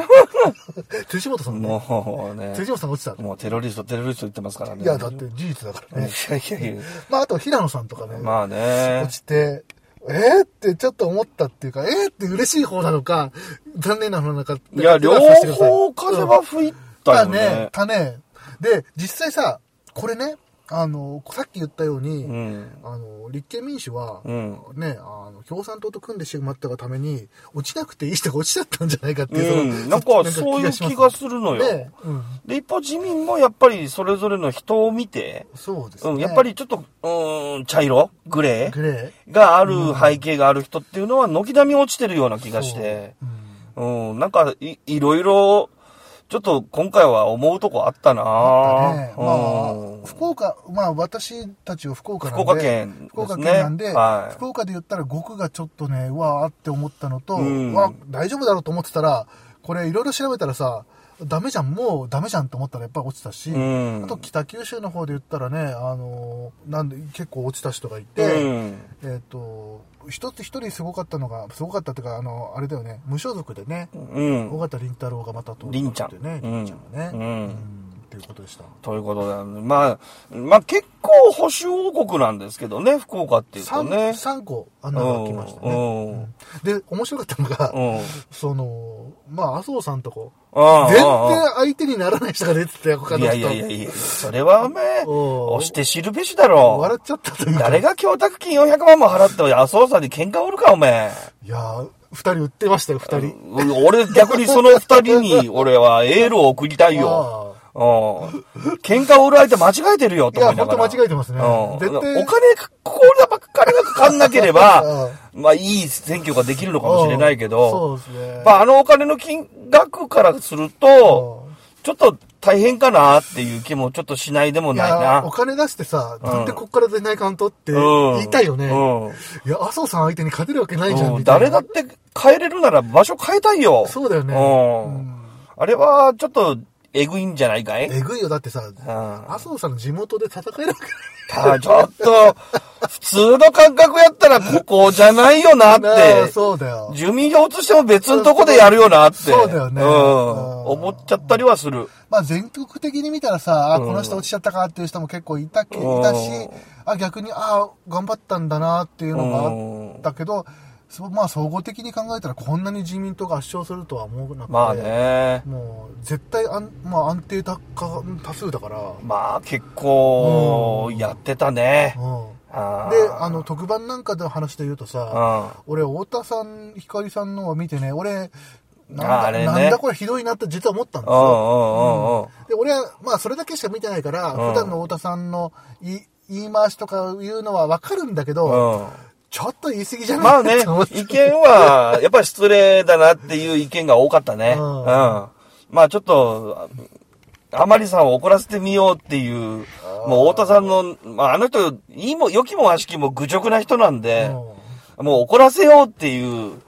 S2: 辻元さんね
S1: もうね。
S2: 辻元さん落ちた、
S1: もうテロリスト、テロリスト言ってますからね。
S2: いやだって事実だからね、
S1: いやいやいや。
S2: まああと平野さんとかね、
S1: まあね
S2: 落。ちてえー、ってちょっと思ったっていうかえー、って嬉しい方なのか残念な方なのか
S1: いや、両方風は吹
S2: 吹
S1: いたよね。
S2: たねで実際さこれねあのさっき言ったように、
S1: うん。
S2: あの立憲民主は、
S1: うん。
S2: ね、あの共産党と組んでしまったがために落ちなくていい人が落ちちゃったんじゃないかって
S1: う
S2: いう、
S1: ん。なんか、そういう気が
S2: す
S1: するの
S2: る
S1: よ
S2: ね。、うん、
S1: で、一方自民もやっぱりそれぞれの人を見て、
S2: そうですね、
S1: うん、やっぱりちょっと、うーん、茶色グレ
S2: グ
S1: ー
S2: レー
S1: がある背景がある人っていうのは、軒並み落ちてるような気がして、うん、なんかい、いろいろ、ちょっと今回は思うとこあったな
S2: ねま
S1: うん
S2: あ、福岡、まあ私たちは福岡なんで、
S1: 福岡県ですね
S2: 福岡県なんで、
S1: はい
S2: 福岡で言ったら5区がちょっとね、うわーって思ったのと、
S1: うん
S2: うわ大丈夫だろうと思ってたら、これいろいろ調べたらさ、ダメじゃん、もうダメじゃんと思ったらやっぱり落ちたし、
S1: うん
S2: あと北九州の方で言ったらね、あのーなんで結構落ちた人がいて、
S1: うん。
S2: えっ、と、一つ一人すごかったのが、すごかったっていうか、あの、あれだよね、無所属でね、
S1: うん
S2: 尾。形倫太郎がまた通
S1: 凛ちゃん。
S2: ってね、凛ちゃんがね、
S1: うん。うん
S2: うんっていうことでした。
S1: ということで、まあ、まあ結構保守王国なんですけどね、福岡っていうと
S2: 三
S1: ね。
S2: 三個穴が開きました
S1: うん。
S2: ね。
S1: うん。
S2: で、面白かったのが、
S1: うん。
S2: その、まあ、麻生さんとこ、
S1: ああ
S2: 全然相手にならない人が出てたよ、他
S1: い
S2: の
S1: や
S2: 人。
S1: いやいやいや、それはおめえ、
S2: おう
S1: 押して知るべしだろ
S2: 笑。っちゃったというか。
S1: 誰が供託金400万も払って、麻生さんに喧嘩おるか、おめ
S2: いやー二人売ってましたよ、二
S1: え
S2: 人。。
S1: 俺、逆にその二人に、俺はエールを送りたいよ。
S2: ああ
S1: うん。喧嘩を売る相手間違えてるよ、と
S2: いや、
S1: 思いな
S2: 本
S1: が
S2: 当
S1: ら。
S2: 間違えてますね
S1: うん。。
S2: 絶対。
S1: お金か、ここだばっかりがかかんなけれ ば、まあ、いい選挙ができるのかもしれないけ
S2: そ
S1: ど、
S2: うですね。
S1: まあ、あのお金の金額からすると、ちょっと大変かなっていう気もちょっとしないでも
S2: い
S1: ない
S2: や
S1: な
S2: ー、お。金出してさ、
S1: ん
S2: なんでこっから全内勘とって
S1: うん
S2: 言いたいよね。
S1: うん
S2: いや、麻生さん相手に勝てるわけないじゃん、
S1: うん
S2: みたい
S1: 誰
S2: な。
S1: だって変えれるなら場所変えたいよ。
S2: そうだよね
S1: うん
S2: うん
S1: あれは、ちょっと、えぐいんじゃないかい
S2: えぐいよ、だってさ、
S1: ん
S2: 麻生さんの地元で戦えなく
S1: たちょっと、普通の感覚やったらここじゃないよなっ
S2: なる。ああ
S1: て。
S2: そうだよ。
S1: 住民票移しても別のとこでやるよなって。
S2: そうだよね
S1: うん
S2: うん。
S1: 思っちゃったりはする。
S2: まあ全国的に見たらさ、あ、この人落ちちゃったかっていう人も結構いたけ、い
S1: うん
S2: たし、あ、逆に、あ、頑張ったんだなっていうのがあったけど、そうまあ総合的に考えたらこんなに自民党が圧勝するとは思わなくて。
S1: まあね。
S2: もう絶対安、まあ安定多か多数だから。
S1: まあ結構
S2: う、ん
S1: やってたね。
S2: う
S1: あー
S2: ん。で、あの、特番なんかの話で言うとさ、俺、太田さん、光さんのは見てね、俺、なん
S1: あ
S2: だ
S1: あれね
S2: なんだこれひどいなって実は思ったんです
S1: うん
S2: よ。
S1: うんうんうんうん。
S2: で、俺は、まあ、それだけしか見てないから、
S1: うん
S2: 普段の太田さんの言い言い回しとか言うのはわかるんだけど、
S1: うん
S2: ちょっと言い過ぎじゃない
S1: まあ ね
S2: と思っ、て
S1: 意見は、やっぱり失礼だなっていう意見が多かったね。
S2: う
S1: うんん。まあちょっと、ああまりさんを怒らせてみようっていう、もう太田さんの、まああの人、いいも、良きも悪しきも愚直な人なんで、もう怒らせようっていう、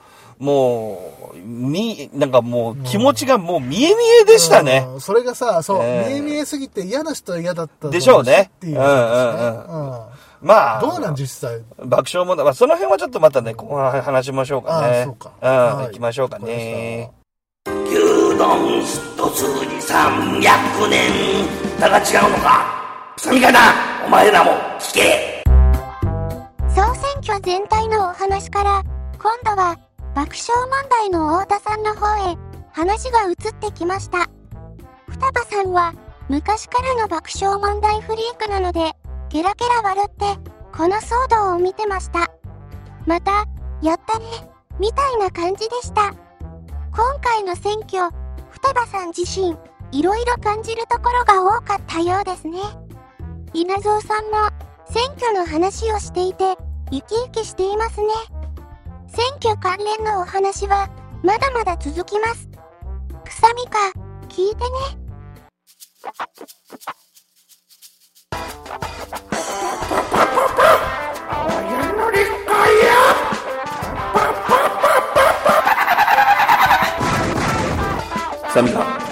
S1: もう、み、なんかもう気持ちがもう見え見えでしたね。
S2: うんそれがさ、そう、
S1: ええ
S2: 見え見えすぎて嫌な人は嫌だった
S1: でしょうね
S2: っていう話ですね、
S1: うんうん
S2: うん
S1: まあ、
S2: どうなん実際。
S1: 爆笑問題。まあ、その辺はちょっとまたね、後半話しましょうかね。
S2: ああそうか
S1: ん、
S2: はい
S1: 行きましょうか
S2: わかりま
S1: ね
S2: し。
S3: 牛丼一筋300年だが違うのかくさみかなお前らも聞け
S5: 総選挙全体のお話から、今度は爆笑問題の太田さんの方へ話が移ってきました。双葉さんは昔からの爆笑問題フリークなので、ゲラゲラ笑ってこの騒動を見てました。また、やったね、みたいな感じでした。今回の選挙、双葉さん自身、いろいろ感じるところが多かったようですね。稲造さんも選挙の話をしていて、生き生きしていますね。選挙関連のお話は、まだまだ続きます。くさみか、聞いてね。
S1: さみか。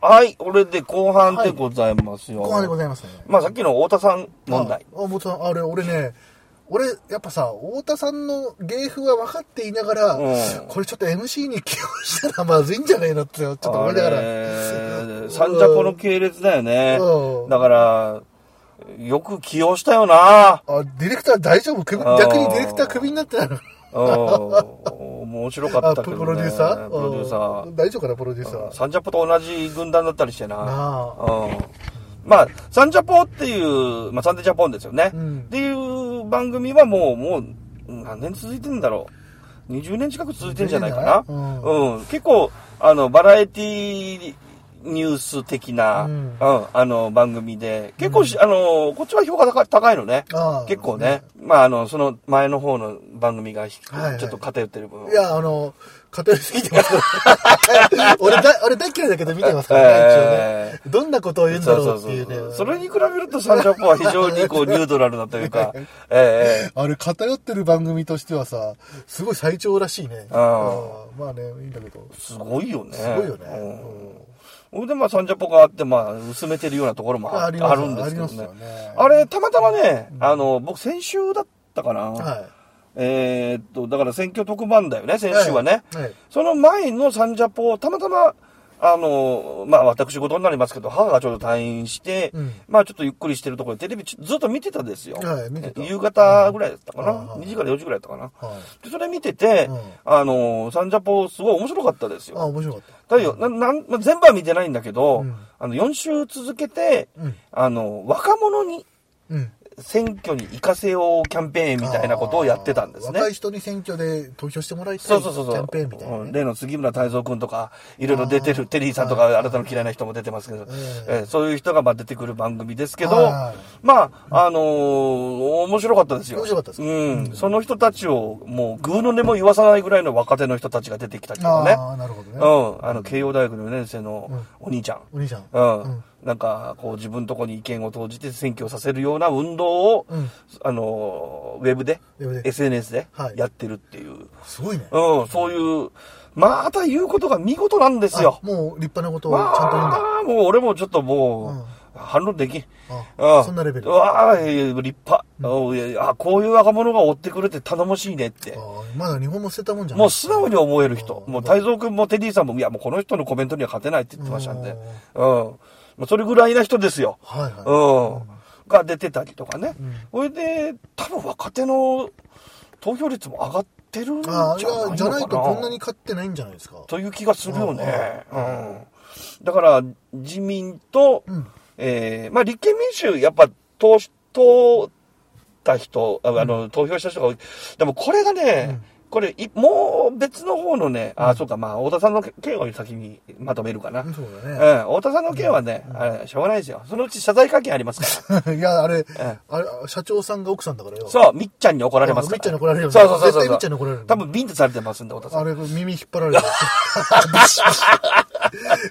S1: はい、これで後半でございますよ。
S2: 後半でございますね。
S1: まあ、さっきの太田さん問題。
S2: あ、あもうさあれ、俺ね、俺、やっぱさ、太田さんの芸風は分かっていながら、
S1: うん
S2: これちょっと MC に起用したらまずいんじゃないのって、ちょっと思いなが
S1: あ
S2: ら。
S1: れ三茶子の系列だよね
S2: うん。
S1: だから、よく起用したよな。
S2: あ、ディレクター大丈夫首
S1: あー
S2: 逆にディレクタークビになってないの
S1: うん面白かっ
S2: あ、
S1: たけどね。
S2: プロデューサー
S1: プロデューサ
S2: う
S1: ー
S2: ん。大丈夫かな、プロデューサー。
S1: サンジャポと同じ軍団だったりしてな。
S2: な
S1: うん。まあ、サンジャポっていう、まあ、サンデージャポンですよね。
S2: うん
S1: っていう番組はもう、もう、何年続いてんだろう。20年近く続いてんじゃないかな。
S2: 20年じゃな
S1: うん、結構、あの、バラエティニュース的な、
S2: う
S1: うんん、あの、番組で、結構し、あの、こっちは評価高い高いのね。
S2: あー
S1: 結構ね。まあ、あの、その前の方の番組がひ、
S2: はいはい
S1: ちょっと偏ってる分。
S2: いや、あの、偏りすぎてます から。俺だ、俺大嫌いだけど見てますからね、一応ね。どんなことを言うんだ
S1: そう
S2: ろ
S1: そうう
S2: っ
S1: そ
S2: ていうね。
S1: う。それに比べるとサンジャポは非常にこうニュートラルなという か、ええ
S2: あれ、偏ってる番組としてはさ、すごい最長らしいね。
S1: ああ
S2: うんまあね、いいんだけど。
S1: すごいよね。
S2: すごいよね。
S1: うんそれでまあサンジャポがあって、まあ薄めてるようなところもあ
S2: あ
S1: あ
S2: ります
S1: るんですけど
S2: あり
S1: ね
S2: ますよね。
S1: あれ、たまたまね、あの、僕先週だったかな。
S2: は
S1: えーっと、だから選挙特番だよね、
S2: い。
S1: 先週はね。
S2: はい。
S1: その前のサンジャポをたまたま、あの、まあ私事になりますけど、母がちょうど退院して、
S2: うん
S1: まあちょっとゆっくりしてるところでテレビちょずっと見てたんですよ。
S2: はい見てた
S1: 夕方ぐらいだったかな。
S2: うんはいはい
S1: 2時から4時ぐらいだったかな。
S2: はい。
S1: で、それ見てて、
S2: うん
S1: あの、サンジャポすごい面白かったです
S2: あ、
S1: よ。
S2: 面白かっ
S1: だよ、な、なん、まあ全部は見てないんだけど、
S2: うん
S1: あの、4週続けて、
S2: た。うん。
S1: あの、若者に
S2: うん。
S1: 選挙に行かせようキャンペーンみたいなことをやってたんですね
S2: あー。若い人に選挙で投票してもらいたい
S1: そうそうそうそう。
S2: キャンペーンみたいな
S1: う
S2: ね、
S1: ん例の杉村太蔵くんとか、いろいろ出て
S2: あ
S1: る、
S2: ー
S1: テリーさんとか、あなたの嫌いな人も出てますけど、え
S2: え
S1: ーそういう人がまあ出てくる番組ですけど
S2: は、
S1: まあ、あのー面白かったですよ。
S2: 面白かったです
S1: うん。その人たちを、もう、ぐうの音も言わさないぐらいの若手の人たちが出てきたけどね。
S2: ああ、なるほどね。
S1: うん。あの、慶応大学の4年生のお兄ちゃん。
S2: お兄ちゃん。
S1: うん。なんか、こう自分のとこに意見を投じて選挙をさせるような運動を、
S2: うん
S1: あの、ウェブで、
S2: ウェブで
S1: SNS で
S2: はい
S1: やってるっていう、
S2: すごいね。
S1: うん、そういう、また言うことが見事なんですよ
S2: あ。もう立派なことをち
S1: わ
S2: ゃんと言うんだ。
S1: あ、もう俺もちょっともう、
S2: うん
S1: 反論できん。
S2: あ
S1: うん
S2: そんなレベル
S1: うわあ、いや立派、おいやいやあ。こういう若者が追ってくれて頼もしいねって。
S2: あーまだ日本も捨てたもんじゃない。
S1: もう素直に思える人。
S2: うん
S1: もう太蔵君もテディさんも、いやもうこの人のコメントには勝てないって言ってましたんで。
S2: う
S1: うんん。もうそれぐらいな人ですよ。
S2: はいはい。
S1: うん。が出てたりとかね
S2: ん。
S1: それで、多分若手の投票率も上がってるんじゃ
S2: あ
S1: な
S2: あ、
S1: い
S2: い
S1: のか
S2: や、
S1: な。
S2: じゃないとこんなに勝ってないんじゃないですか。
S1: という気がするよね。うん。だから、自民と、
S2: うん。
S1: えーまあ立憲民主、やっぱ、通し、通った人、ああの、投票した人が多い。でもこれがね、これい、もう別の方のね、あ、そうか、まあ、太田さんの件を先にまとめるかな。
S2: そう
S1: うん、
S2: だ
S1: 太田さんの件はね、あれしょうがないですよ。そのうち謝罪会見ありますから。
S2: ね。いや、あれ
S1: え、
S2: あれ、社長さんが奥さんだからよ。
S1: そう、みっちゃんに怒られますから。
S2: あみっちゃんに怒られるよね
S1: そうそうそうそう。
S2: 絶対みっちゃんに怒られるよね
S1: 多分ビンタされてますんで、太田さん。
S2: あれ、耳引っ張ら れる。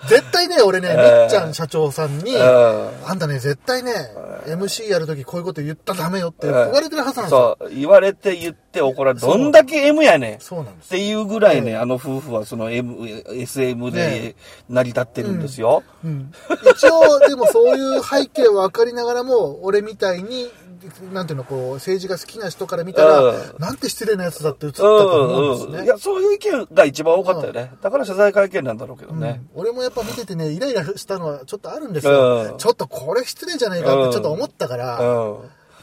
S2: 絶対ね、俺ね、みっちゃん社長さんに、
S1: ん
S2: あんたね、絶対ね、MC やるときこういうこと言ったらダメよって言われてるはずなんですよ。
S1: そう、言われて言って怒られる。どんだけ M やねん。
S2: そうなんです
S1: っていうぐらい
S2: ええ
S1: ね、あの夫婦はその M、SM
S2: ね
S1: で成り立ってるんですよ。
S2: うん一応、でもそういう背景を分かりながらも、俺みたいに、なんていうの、こう、政治が好きな人から見たら
S1: う、
S2: なんて失礼なやつだって映っ
S1: う
S2: たと思うん
S1: んう
S2: で
S1: ん。
S2: す
S1: い
S2: ね
S1: や、。そういう意見が一番多かったよね。だから謝罪会見なんだろうけどね。
S2: 俺もやっぱ見ててね、イライラしたのはちょっとあるんですよ。
S1: うん
S2: ちょっとこれ失礼じゃないかってちょっと思ったから、
S1: う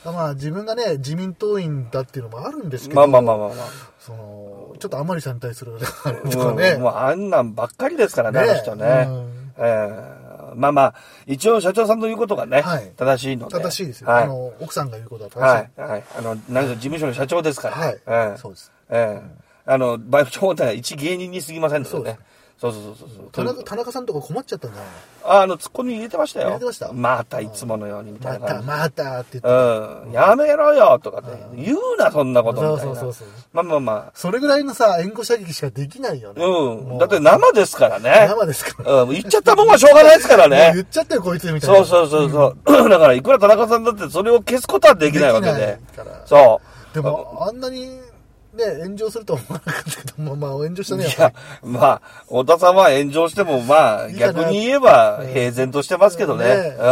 S2: まあ自分がね、自民党員だっていうのもあるんです
S1: ん。
S2: けど、
S1: まあまあまあまあまあ。
S2: その、ちょっと甘利さんに対する、あれとかね
S1: うん、もうあんなんばっかりですからね、
S2: ね
S1: あの人ね
S2: うん。
S1: ええまあまあ、一応社長さんの言うことがね
S2: はい、
S1: 正しいので。
S2: 正しいですよ。
S1: は
S2: あ
S1: い。
S2: の、奥さんが言うことは正し。
S1: はいい。はい。あの、なんか事務所の社長ですから。
S2: はい
S1: ええ
S2: そうです。
S1: ええ。あの、賠償問題は一芸人に過ぎませんの
S2: そ
S1: で
S2: うです
S1: ね。そうそうそうそう。
S2: 田中田中さんとか困っちゃったんじゃない
S1: ああの、ツッコミ入れてましたよ。
S2: 入れてました
S1: たいつものようにみた
S2: ま
S1: いな感
S2: た
S1: じ。
S2: またって言って、
S1: うん。やめろよとかね。言うな、そんなことみたいな。
S2: そうそうそうそう
S1: まあまあま
S2: それぐらいのさ、援護射撃しかできないよね。
S1: あ。う
S2: も
S1: ん。だって生ですからね。
S2: 生ですから。
S1: うん。言っちゃったもんはしょうがないですから
S2: もう
S1: ね
S2: 言。っちゃったよ、こいつみたいな。
S1: そうそうそうそう。 だから、いくら田中さんだってそれを消すことはできないわけで
S2: できないから。
S1: そう。
S2: でも、あんなに、ね、炎上するとは思わなかったけど、まあまあ、炎上したね、
S1: い
S2: やっぱ
S1: や
S2: り。、
S1: まあ、太田さんは炎上しても、まあ、
S2: いいかな
S1: 逆に言えば平然としてますけどね。
S2: ね
S1: う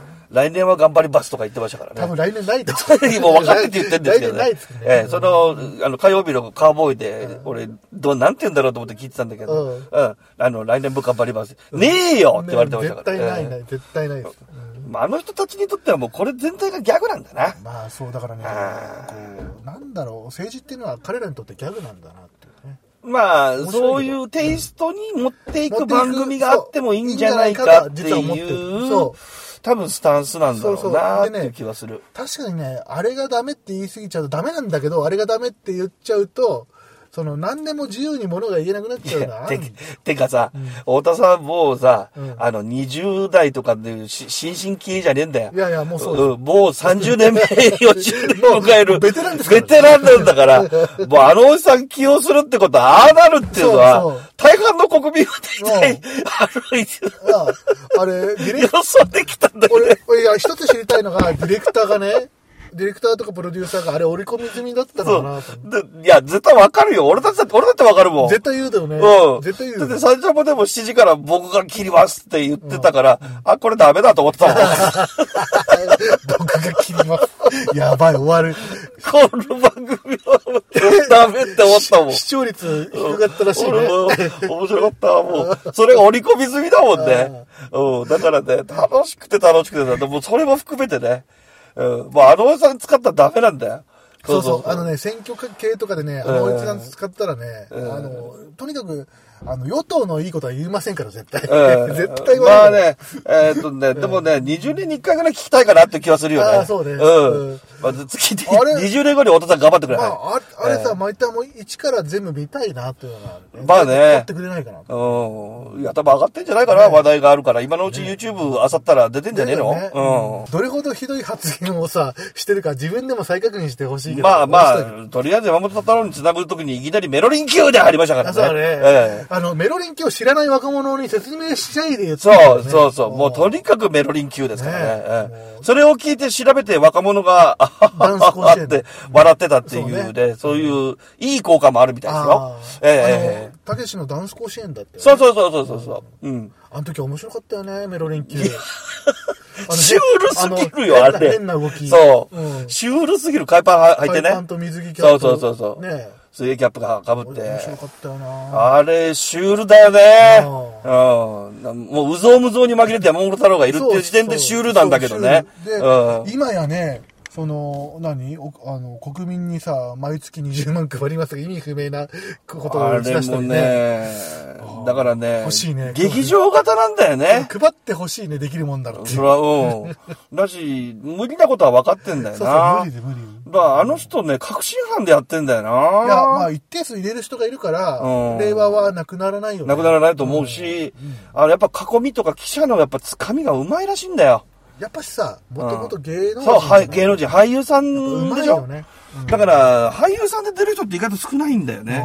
S1: ん。来年は頑張りますとか言ってましたからね。
S2: 多分来年ないと思
S1: もう分かってて言ってんですけど
S2: 来年
S1: ね。
S2: ないですね。
S1: ええその、あの、火曜日のカーボーイで、俺、どう、なんて言うんだろうと思って聞いてたんだけど、
S2: うん
S1: うんあの、来年も頑張ります。ねえよって言われてましたから。
S2: ね絶対ない
S1: え
S2: ない、絶対ないです。うん
S1: えまあ、あの人たちにとってはもうこれ全体がギャグなんだな。
S2: まあそうだからね
S1: あ
S2: こうなんだろう政治っていうのは彼らにとってギャグなんだなっていうね
S1: まあ、
S2: 白いけど
S1: そういうテイストに持ってい
S2: 持
S1: く
S2: っていく
S1: 番組があってもいいんじゃない
S2: そ
S1: か
S2: う
S1: って
S2: いいんじゃないかと実は思って
S1: い
S2: る
S1: う、
S2: そ
S1: 多分スタンスなんだろ
S2: そう
S1: う
S2: そ
S1: な
S2: う
S1: って
S2: でね
S1: いう気はする。
S2: 確かにねあれがダメって言い過ぎちゃうとダメなんだけどあれがダメって言っちゃうとその何でも自由に物が言えなくなっちゃうのはあ
S1: て
S2: るんだよ
S1: てかさ、太田さんもうさ、
S2: うん
S1: あの、20代とかでし新進気鋭じゃねえんだよ。
S2: いやいやもうそうです
S1: んもう30年目、40年を迎え
S2: もう
S1: る。
S2: ベテランですから
S1: ベテランなんだ から、もうあのおじさん起用するってことは、ああなるっていうの
S2: そうそ
S1: は
S2: う、
S1: 大半の国民は大体、あの、
S2: ああ れディレ
S1: 予
S2: ク
S1: 想できたんだよね。
S2: 俺俺いや一つ知りたいのがディレクターがねディレクターとかプロデューサーがあれ織り込み済みだったのかなと思って
S1: でいや、絶対わかるよ。俺だって、俺だってわかるもん。
S2: 絶対言うだよね、
S1: うん。
S2: 絶対言う
S1: だ
S2: よ
S1: って、最初もでも7時から僕が切りますって言ってたから、あ、これダメだと思って たもん。
S2: 僕が切りますやばい終わる
S1: この番組はダメって思ったもん。
S2: 視聴率低かったらしいね。
S1: 俺も面白かったわもう。それが織り込み済みだもんね。うん。だからね、楽しくて楽しくてだ。でもそれも含めてね。うん。まあ、あのおじさん使ったらダメなんだよ。
S2: そうそう、あのね、選挙系とかでね、あの、一覧使ったらね、あの、とにかく、あの、与党のいいことは言いませんから、絶対。
S1: ええ
S2: 絶対言
S1: ま
S2: わ
S1: あ
S2: ない。
S1: ね、えーっとね、でもね、20年に1回ぐらい聞きたいかなって気はするよね。
S2: あーそうね
S1: う
S2: うん
S1: ん。まあ、ずっと聞いて、
S2: あれ
S1: 20年後にお父さん頑張ってくれ。
S2: ま
S1: は
S2: あ、ああれさ、毎回もう一から全部見たいな、というのがある。
S1: まあね
S2: やってくれないかな。
S1: いうん。いや、多分上がってんじゃないかな、話題があるから。今のうち YouTube あさったら出てんじゃねえの、
S2: だよねどれほどひどい発言をさ、してるか自分でも再確認してほしい
S1: うん。
S2: けど。
S1: まあま
S2: 面白い
S1: あ、とりあえず山本太郎に繋ぐときにいきなりメロリン級で入りましたからね。
S2: あそうだね
S1: ええ
S2: あの、メロリン級を知らない若者に説明しちゃいでよってい
S1: そう
S2: ね
S1: そうそう。もうとにかくメロリン級ですからね
S2: ねえ。
S1: ええそれを聞いて調べて若者が、あは
S2: ダンス
S1: は
S2: 甲子
S1: は
S2: 園
S1: って 笑ってたっていう
S2: そう
S1: ね、
S2: ね
S1: そういういい効果もあるみたいですよ
S2: あ。ー
S1: ええええ
S2: あのたけしのダンス甲子園だって。
S1: そうそうそうそうそうそう。うん。
S2: あの時面白かったよね、メロリン級。
S1: シュールすぎるよ、あ
S2: あの
S1: れ。
S2: 変な変な動き。
S1: そう、
S2: ん
S1: シュールすぎる海パンは履いてね。
S2: 海パンと水着キャップ
S1: そうそうそうそう。
S2: ね
S1: 水泳キャップがかぶって。
S2: 面白かったよな
S1: あれ、シュールだよね。うん。もう、うぞうむぞうに紛れて山本太郎がいるっていう時点でシュールなんだけどね。
S2: そうそう
S1: う
S2: で、今やね、その、何おあの、国民にさ、毎月20万配りますが意味不明なこと
S1: ん。
S2: を
S1: あ
S2: 打ち
S1: れ
S2: 出した
S1: も
S2: りね。
S1: ね、だからね、
S2: 欲しいね
S1: 劇場型なんだよね。
S2: 配ってほしいね、できるもんだろうっていう。
S1: それは、うん。だし、無理なことは分かってんだよ
S2: そうそう、
S1: な。
S2: 無理で無理。
S1: だからあの人ね、確信犯でやってんだよな。
S2: いや、まあ、一定数入れる人がいるから、
S1: うん
S2: 令和はなくならないよね。
S1: なくならないと思うし、あの、やっぱ囲みとか記者のやっぱ掴みがうまいらしいんだよ。
S2: やっぱしさ、もともと芸能人、
S1: そう、はい、芸能人、俳優さん
S2: うま
S1: で
S2: い
S1: しょ
S2: よね。
S1: だから、俳優さんで出る人って意外と少ないんだよね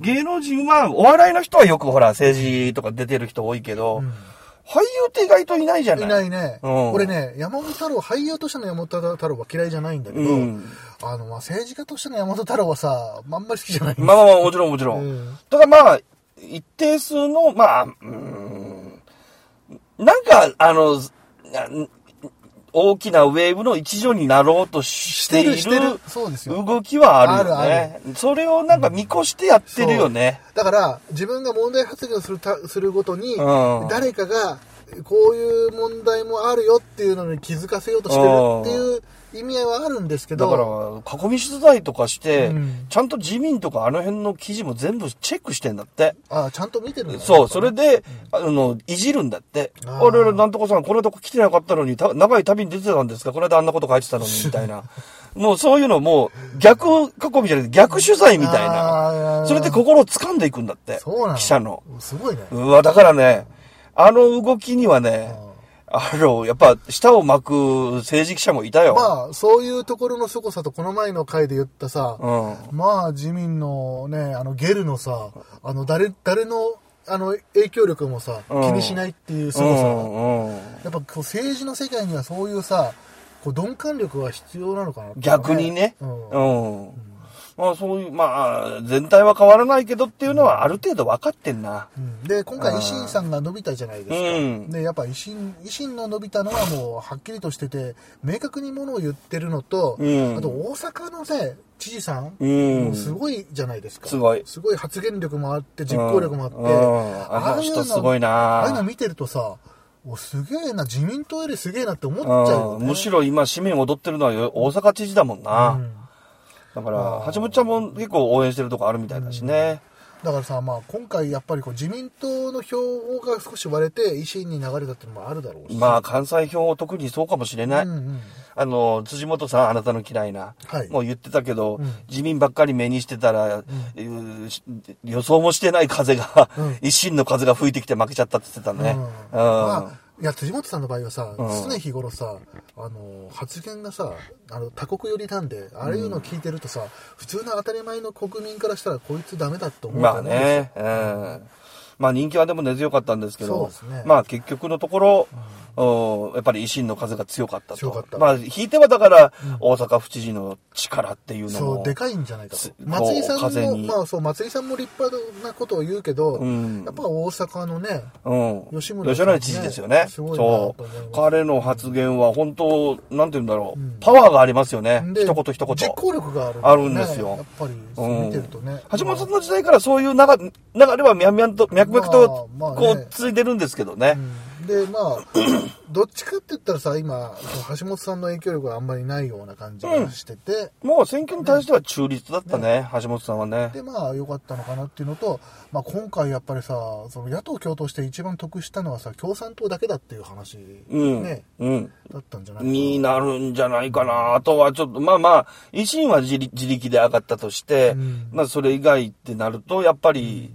S2: う。
S1: 芸能人は、お笑いの人はよくほら、政治とか出てる人多いけど、俳優って意外といないじゃない
S2: いないね。
S1: うん
S2: 俺ね、山本太郎、俳優としての山本太郎は嫌いじゃないんだけど、
S1: うん
S2: あの、まあ、政治家としての山本太郎はさ、あんまり好きじゃない。
S1: まあまあまあ、もちろんもちろん。
S2: うん
S1: ただまあ、一定数の、まあ、うーん、なんか、あの、な大きなウェーブの一助になろうとしている
S2: してるしてるそうですよ
S1: 動きはあるよね
S2: ある
S1: それをなんか見越してやってるよね。
S2: だから、自分が問題発言をするた、するごとに、
S1: うん
S2: 誰かが、こういう問題もあるよっていうのに気づかせようとしてるっていう意味合いはあるんですけ
S1: だ
S2: ど、
S1: から、囲み取材とかして、
S2: うん
S1: ちゃんと自民とかあの辺の記事も全部チェックしてんだって。
S2: ああちゃんと見てるんだね
S1: そう、それで、あの、いじるんだって。
S2: あ
S1: あ
S2: ー
S1: れれ、なんとかさん、このとこ来てなかったのに、た長い旅に出てたんですかこの間あんなこと書いてたのに、みたい な。もうそういうのもう、逆囲みじゃなくて、逆取材みたい
S2: あ
S1: な。
S2: ー
S1: それで心を掴んでいくんだって。
S2: そうなの
S1: 記者の。。
S2: すごいね。
S1: うわ、だからね、あの動きにはね、あの、やっぱ、舌を巻く政治記者もいたよ。
S2: まあ、そういうところの凄さと、この前の回で言ったさ、
S1: うん。
S2: まあ、自民のね、あの、ゲルのさ、あの、誰、誰の、あの、影響力もさ、気
S1: うん
S2: にしないっていう
S1: う
S2: 凄さ。
S1: んうん。
S2: やっぱ、こう、政治の世界にはそういうさ、こう、鈍感力は必要なのかなって
S1: 逆にね。う
S2: うん
S1: ん。まあそういう、まあ、全体は変わらないけどっていうのはある程度分かってんな。
S2: うんで、今回、維新さんが伸びたじゃないですか。
S1: うん
S2: で、やっぱ維新、維新の伸びたのはもう、はっきりとしてて、明確にものを言ってるのと、
S1: うん
S2: あと、大阪のね、知事さん、
S1: うん
S2: もうすごいじゃないですか。
S1: すごい
S2: すごい発言力もあって、実行力もあって。
S1: うんうんあの人すごいな
S2: ああいうの見てるとさ、おすげえな、自民党よりすげえなって思っちゃうよ、
S1: うん、
S2: ね。
S1: むしろ今、市民踊ってるのはよ大阪知事だもんな。
S2: うん
S1: だから、橋本ちゃんも結構応援してるとこあるみたいだしね。
S2: だからさ、まあ、今回やっぱりこう自民党の票が少し割れて、維新に流れたっていうのもあるだろうし。
S1: まあ、関西票特にそうかもしれない。
S2: うんうん。
S1: あの、辻元さん、あなたの嫌いな。
S2: はい
S1: もう言ってたけど、
S2: うん
S1: 自民ばっかり目にしてたら、うーし予想もしてない風が、
S2: うん
S1: 一心の風が吹いてきて負けちゃったって言ってたね。
S2: うん
S1: うん
S2: まあいや辻元さんの場合はさ、
S1: ん
S2: 常日頃さあの発言がさあの他国寄りなんでああいうの聞いてるとさ、普通の当たり前の国民からしたらこいつダメだって思うじ
S1: ま
S2: ゃ
S1: あ
S2: ないです
S1: ね、うん。まあ人気はでも根強かったんですけ
S2: そう
S1: ど
S2: です、ね
S1: まあ結局のところ、おやっぱり維新の風が強かったと。
S2: 強かった
S1: まあ引いてはだから、大阪府知事の力っていう
S2: か
S1: のも。
S2: そうでかいんじゃないかと
S1: こう
S2: 松井さん
S1: 風
S2: も、
S1: に
S2: まあ、そう松井さんも立派なことを言うけど、
S1: ん
S2: やっぱ大阪のね
S1: うん。
S2: 吉村
S1: 吉知事ですよね。
S2: すごいな
S1: そ
S2: と思います
S1: う。彼の発言は本当、なんて言うんだろう。パワーがありますよね。
S2: で
S1: 一言一言。
S2: 実行力があるね、
S1: あるんですよ
S2: やっぱり
S1: うん
S2: 見てるとね、
S1: 橋本さんの時代からそういう流れ流れはみゃんみゃんと、脈々と、
S2: まあまあ
S1: こ
S2: ね
S1: う、ついてるんですけどね。
S2: で まあどっちかって言ったらさ今橋本さんの影響力はあんまりないような感じがしてて、
S1: もう選挙に対しては中立だったね、橋本さんはね。
S2: でまあ良かったのかなっていうのと、まあ、今回やっぱりさその野党共闘して一番得したのはさ共産党だけだっていう話、
S1: うん。
S2: ね
S1: うん。
S2: だったんじゃないかな
S1: になるんじゃないかな。あとはちょっと、まあまあ、維新は自力自力で上がったとして、
S2: うん
S1: まあそれ以外ってなると、やっぱり、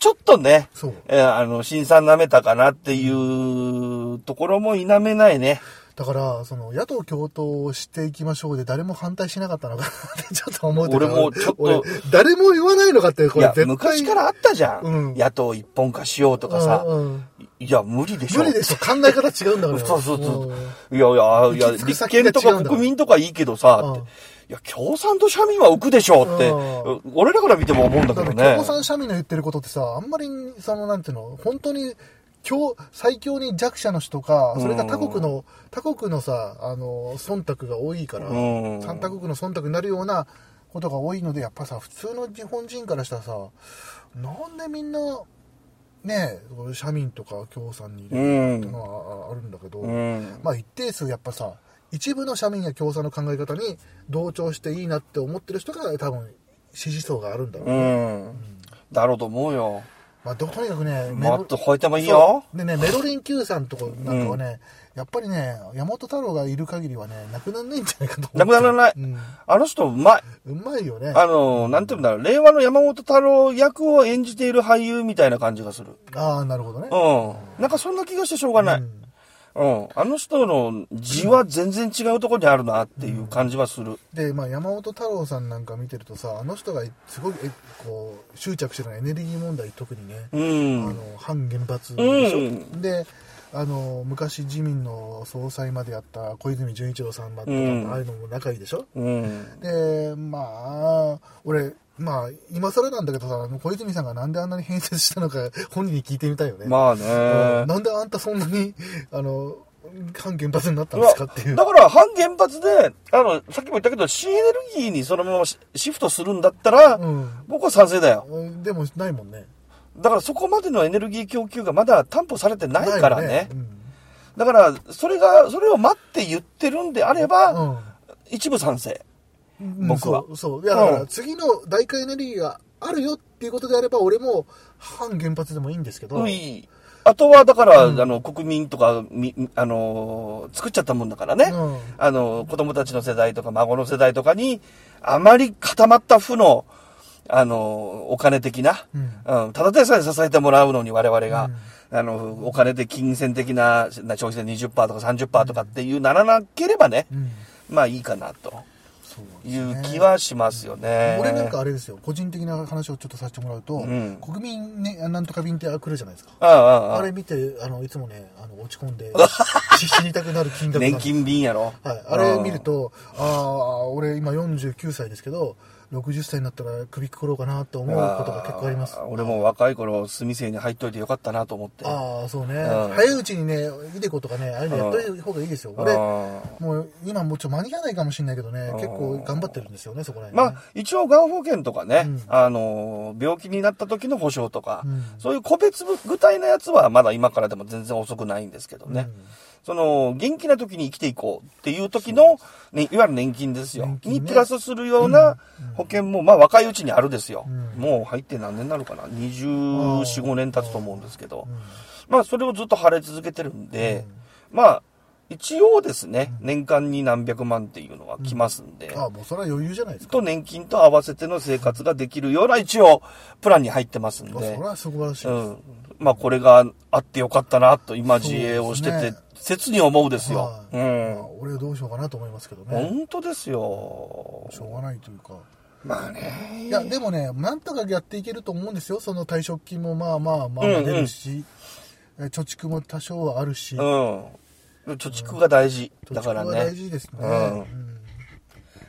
S1: ちょっとね、
S2: そう
S1: えーあの、新さん舐めたかなっていうところも否めないね。
S2: だから、その、野党共闘をしていきましょうで、誰も反対しなかったのかなって、ち ょっと思うというか
S1: 俺もちょっと
S2: 俺誰も言わないのかって、こ
S1: い
S2: れ
S1: や
S2: 絶、対。
S1: 昔からあったじゃん。
S2: うん
S1: 野党一本化しようとかさ。
S2: うんうん
S1: いや、無理でしょ。
S2: 無理でしょ、考え方違うんだから。
S1: そうそう
S2: うん
S1: そう。いやいや、いや、
S2: 行き着く
S1: 立
S2: 先
S1: 憲
S2: が
S1: と
S2: 違うん
S1: か
S2: だ
S1: 国民とかいいけどさ、って
S2: うん
S1: いや、共産と社民は浮くでしょうって
S2: う、
S1: 俺らから見ても思うんだけ
S2: だ
S1: ど
S2: から
S1: ね
S2: 共。産社民の言ってることってさ、あんまり、その、なんていうの、本当に、強、最強に弱者の人か、それが他国の、他国のさ、あの、忖度が多いから、
S1: うん
S2: 三他国の忖度になるようなことが多いので、やっぱさ、普通の日本人からしたらさ、なんでみんな、ねえ、社民とか共産に入れるのかっていうのはああるんだけど、
S1: うん。
S2: まあ一定数やっぱさ一部の社民や共産の考え方に同調していいなって思ってる人が多分支持層があるんだろう、
S1: うん。だろうと思うよ。
S2: まあ、ととにかくねメ
S1: も
S2: ロ
S1: っと吠えてもいいよ。
S2: そうでねメロリン Q さんとかなんかはね、やっぱりね山本太郎がいる限りはねなくならないんじゃないかと思
S1: な
S2: う
S1: くならない。
S2: うん
S1: あの人、うまい。
S2: うまいよね
S1: あの、なんて言うんだろう。令和の山本太郎役を演じている俳優みたいな感じがする。
S2: ああなるほどね
S1: うん。なんかそんな気がしてしょうがない。うん。あの人の字は全然違うところにあるなっていう感じはする。
S2: で、まあ、山本太郎さんなんか見てるとさあの人がすごいえこう執着してるのはエネルギー問題特にね、
S1: うん。
S2: あの反原発でしょ、
S1: うん
S2: であの昔自民の総裁までやった小泉純一郎さんだったとか、
S1: うん
S2: ああいうのも仲いいでしょ
S1: うん。
S2: でまあ俺まあ今更なんだけどさあの小泉さんがなんであんなに変節したのか本人に聞いてみたいよね、
S1: まあ
S2: うん
S1: ね。
S2: なんであんたそんなにあの反原発になったん
S1: い
S2: です
S1: や
S2: かっていう
S1: だから、反原発で、あの、さっきも言ったけど、新エネルギーにそのままシシフトするんだったら、
S2: うん
S1: 僕は賛成だよ。
S2: うんでもないもんね
S1: だからそこまでのエネルギー供給がまだ担保されてないからね。
S2: ようん
S1: だから、それが、それを待って言ってるんであれば、
S2: うん
S1: 一部賛成。
S2: うん
S1: 僕は
S2: そうそういやだか
S1: う
S2: ら
S1: ん
S2: 次の大化エネルギーがあるよっていうことであれば俺も反原発でもいいんですけど、
S1: ういあとは、だから、あの、国民とか、み、あのー作っちゃったもんだからね。
S2: うん
S1: あの、子供たちの世代とか、孫の世代とかに、あまり固まった負の、あの、お金的な、うん、ただでさえ支えてもらうのに我々が、あの、お金で金銭的な、な消費税20%とか30%とかっていうならなければね、
S2: うん
S1: まあいいかな、と
S2: そう
S1: いう気はしますよね。
S2: 俺なんかあれですよ個人的な話をちょっとさせてもらうと、
S1: ん
S2: 国民ねなんとか便って来るじゃないですか
S1: ああ、あ
S2: あ
S1: ああ
S2: れ見てあのいつもねあの落ち込 んでし死にたくなる金
S1: あ、
S2: 額な
S1: 年
S2: んです
S1: 金便やろ。
S2: はい、あれ見ると、ああ、俺今49歳ですけど、60歳になったら首くくろうかなと思うことが結構あります。
S1: ー俺も若い頃、住み生に入っといてよかったなと思って。
S2: ああ、そうね。
S1: ん
S2: 早いうちにね、いでことかね、ああいうのやっといた方がいいですよ。俺、
S1: あー
S2: もう今もうちょっと間に合わないかもしれないけどね、結構頑張ってるんですよね、そこら辺、
S1: ま
S2: ね。
S1: あ、一応、がん保険とかね、
S2: ん
S1: あのー、病気になった時の保障とか、
S2: うん
S1: そういう個別具体のやつはまだ今からでも全然遅くないんですけどね。
S2: うん
S1: その、元気な時に生きていこうっていう時の、ね、いわゆる年金ですよ。
S2: 年金ね
S1: にプラスするような保険も、まあ若いうちにあるですよ。
S2: うん
S1: もう入って何年になるかな ?24、5年経つと思うんですけど。
S2: うん
S1: まあ、それをずっと払い続けてるんで、まあ、一応ですね、年間に何百万っていうのは来ますんで。
S2: ああ、もうそれは余裕じゃないですか。
S1: と年金と合わせての生活ができるような一応プランに入ってますん
S2: あそれ
S1: で、
S2: は素晴らしいうです。
S1: ん、まあこれがあってよかったなと今自営をして
S2: そうで
S1: て
S2: すね
S1: 切に思うですよ
S2: は。
S1: う
S2: いまあ
S1: ん、
S2: 俺はどうしようかなと思いますけどね。
S1: 本当ですよ。
S2: しょうがないというか。
S1: まあね。
S2: いや、でもね、なんとかやっていけると思うんですよ。その退職金もまあまあまあまあ出るし、え貯蓄も多少はあるし、
S1: うん
S2: 貯。
S1: 貯蓄が大事。だ
S2: 蓄
S1: から
S2: は大
S1: ね。
S2: 事ですね。
S1: うん
S2: うん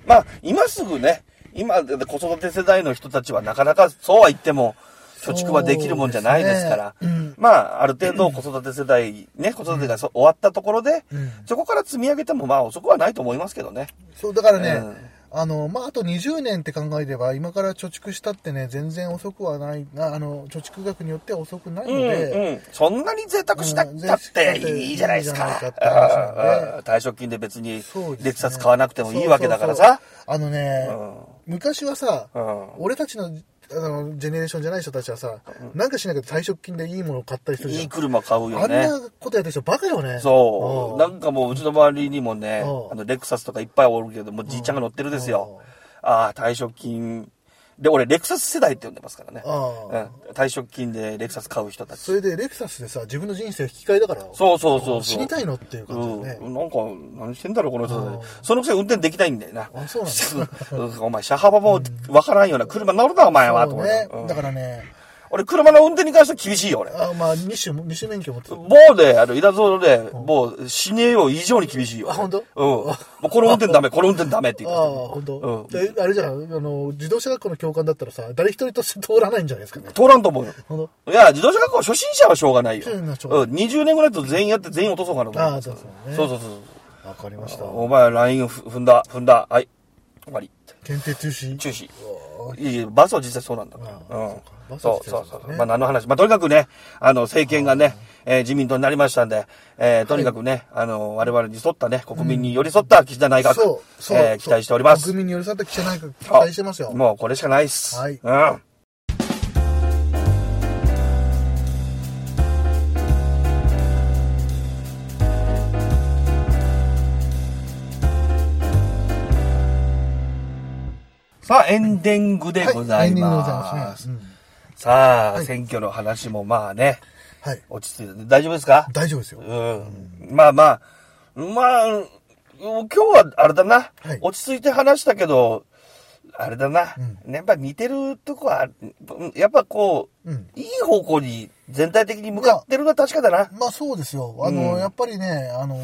S1: まあ今すぐね、今子育て世代の人たちはなかなかそうは言っても貯蓄はできるもんじゃないですから。
S2: そうですねうん
S1: まあ、ある程度子育て世代、ね、子育てがそ終わったところで、
S2: うん
S1: そこから積み上げてもまあ遅くはないと思いますけどね。
S2: そう、だからね、
S1: うん
S2: あの、まあ、あと20年って考えれば、今から貯蓄したってね、全然遅くはない、ああの、貯蓄額によっては遅くないの
S1: うん
S2: で、
S1: うん。そんなに贅沢したったっていいじゃないですか。
S2: うん贅沢したっていいじゃないかって話なんで
S1: うんうん退職金で別に
S2: そうですね
S1: レクサス買わなくてもいいわけだからさ。
S2: そうそうそうあのね、昔はさ、
S1: うん
S2: 俺たちのあのジェネレーションじゃない人たちはさ、なんかしなきゃ退職金でいいものを買ったりするじゃん
S1: いい車買うよね
S2: あ。んなことやってる人バカよね
S1: そう。
S2: な
S1: なんかもううちの周りにもね
S2: う、ん
S1: あのレクサスとかいっぱいおるけど、もうじいちゃんが乗ってるですよ。ああ、退職金で、俺、レクサス世代って呼んでますからね。
S2: あ
S1: うん退職金でレクサス買う人た
S2: そ
S1: ち。
S2: れでレクサスでさ、自分の人生引き換えだから、
S1: そうそうそうそう。
S2: 死にたいのっていう感じだよ
S1: う
S2: ね。
S1: ん、なんか、何してんだろう、この人たち
S2: うん
S1: そのくせ運転できないんだよな。
S2: あそう
S1: なんだ。お前、車幅もわからんような車乗るな、お前は、と
S2: そう
S1: 思
S2: ね
S1: って。うん
S2: だからね、
S1: 俺、車の運転に関しては厳しいよ、俺。
S2: あまあ、二種、二種免許持ってる。
S1: 某で、あの、イラゾーで、もう、死ねよ以上に厳しいよ。
S2: あ本当
S1: うん。もう、この運転ダメ、この運転ダメって言
S2: あ
S1: っ
S2: あ、
S1: て
S2: 本当。
S1: うん
S2: であれじゃん、あの、自動車学校の教官だったらさ、誰一人として通らないんじゃないですかね
S1: た。。通らんと思うよ。
S2: ほんと
S1: いや、自動車学校初心者はしょうがないよ。
S2: 初
S1: う
S2: 心
S1: ん
S2: 者はしょうがない
S1: 20年ぐらいだと全員やって全員落とそうかなと思
S2: ああそうそうね
S1: そうそうそう
S2: わかりました
S1: そう。。お前、ラインを踏んだ、踏んだ、はい、終わり。
S2: 検定中止
S1: 中止。いいえバスは実際そうなんだ。
S2: あ
S1: う
S2: あそうかバ
S1: ん。
S2: スは
S1: そ
S2: 実
S1: うそ
S2: 際そう
S1: う
S2: ですね
S1: そう。まあ何の話。まあとにかくね、あの、政権がね、えー自民党になりましたんで、えーとにかくね、あの、我々に沿ったね、国民に寄り添った岸田内閣、
S2: そう、そう、
S1: えー期待しております。
S2: 国民に寄り添った記者内閣期待してますよ。
S1: もうこれしかないっす。
S2: はい
S1: うん。さあ、エンディングでござ
S2: エ
S1: い
S2: ンディングでござい
S1: ま。
S2: ますすね。
S1: さあ、
S2: はい
S1: 選挙の話もまあね、
S2: うんはい。
S1: 落ち着いて、大丈夫ですか
S2: 大丈夫ですよ。
S1: うん。まあまあ、まあ、今日はあれだな、
S2: はい
S1: 落ち着いて話したけど、あれだな、
S2: う
S1: やっぱ似てるとこは、やっぱこう、
S2: うん
S1: いい方向に全体的に向かってるのは確かだな。
S2: まあそうですよ。あの、
S1: うん
S2: やっぱりね、あの、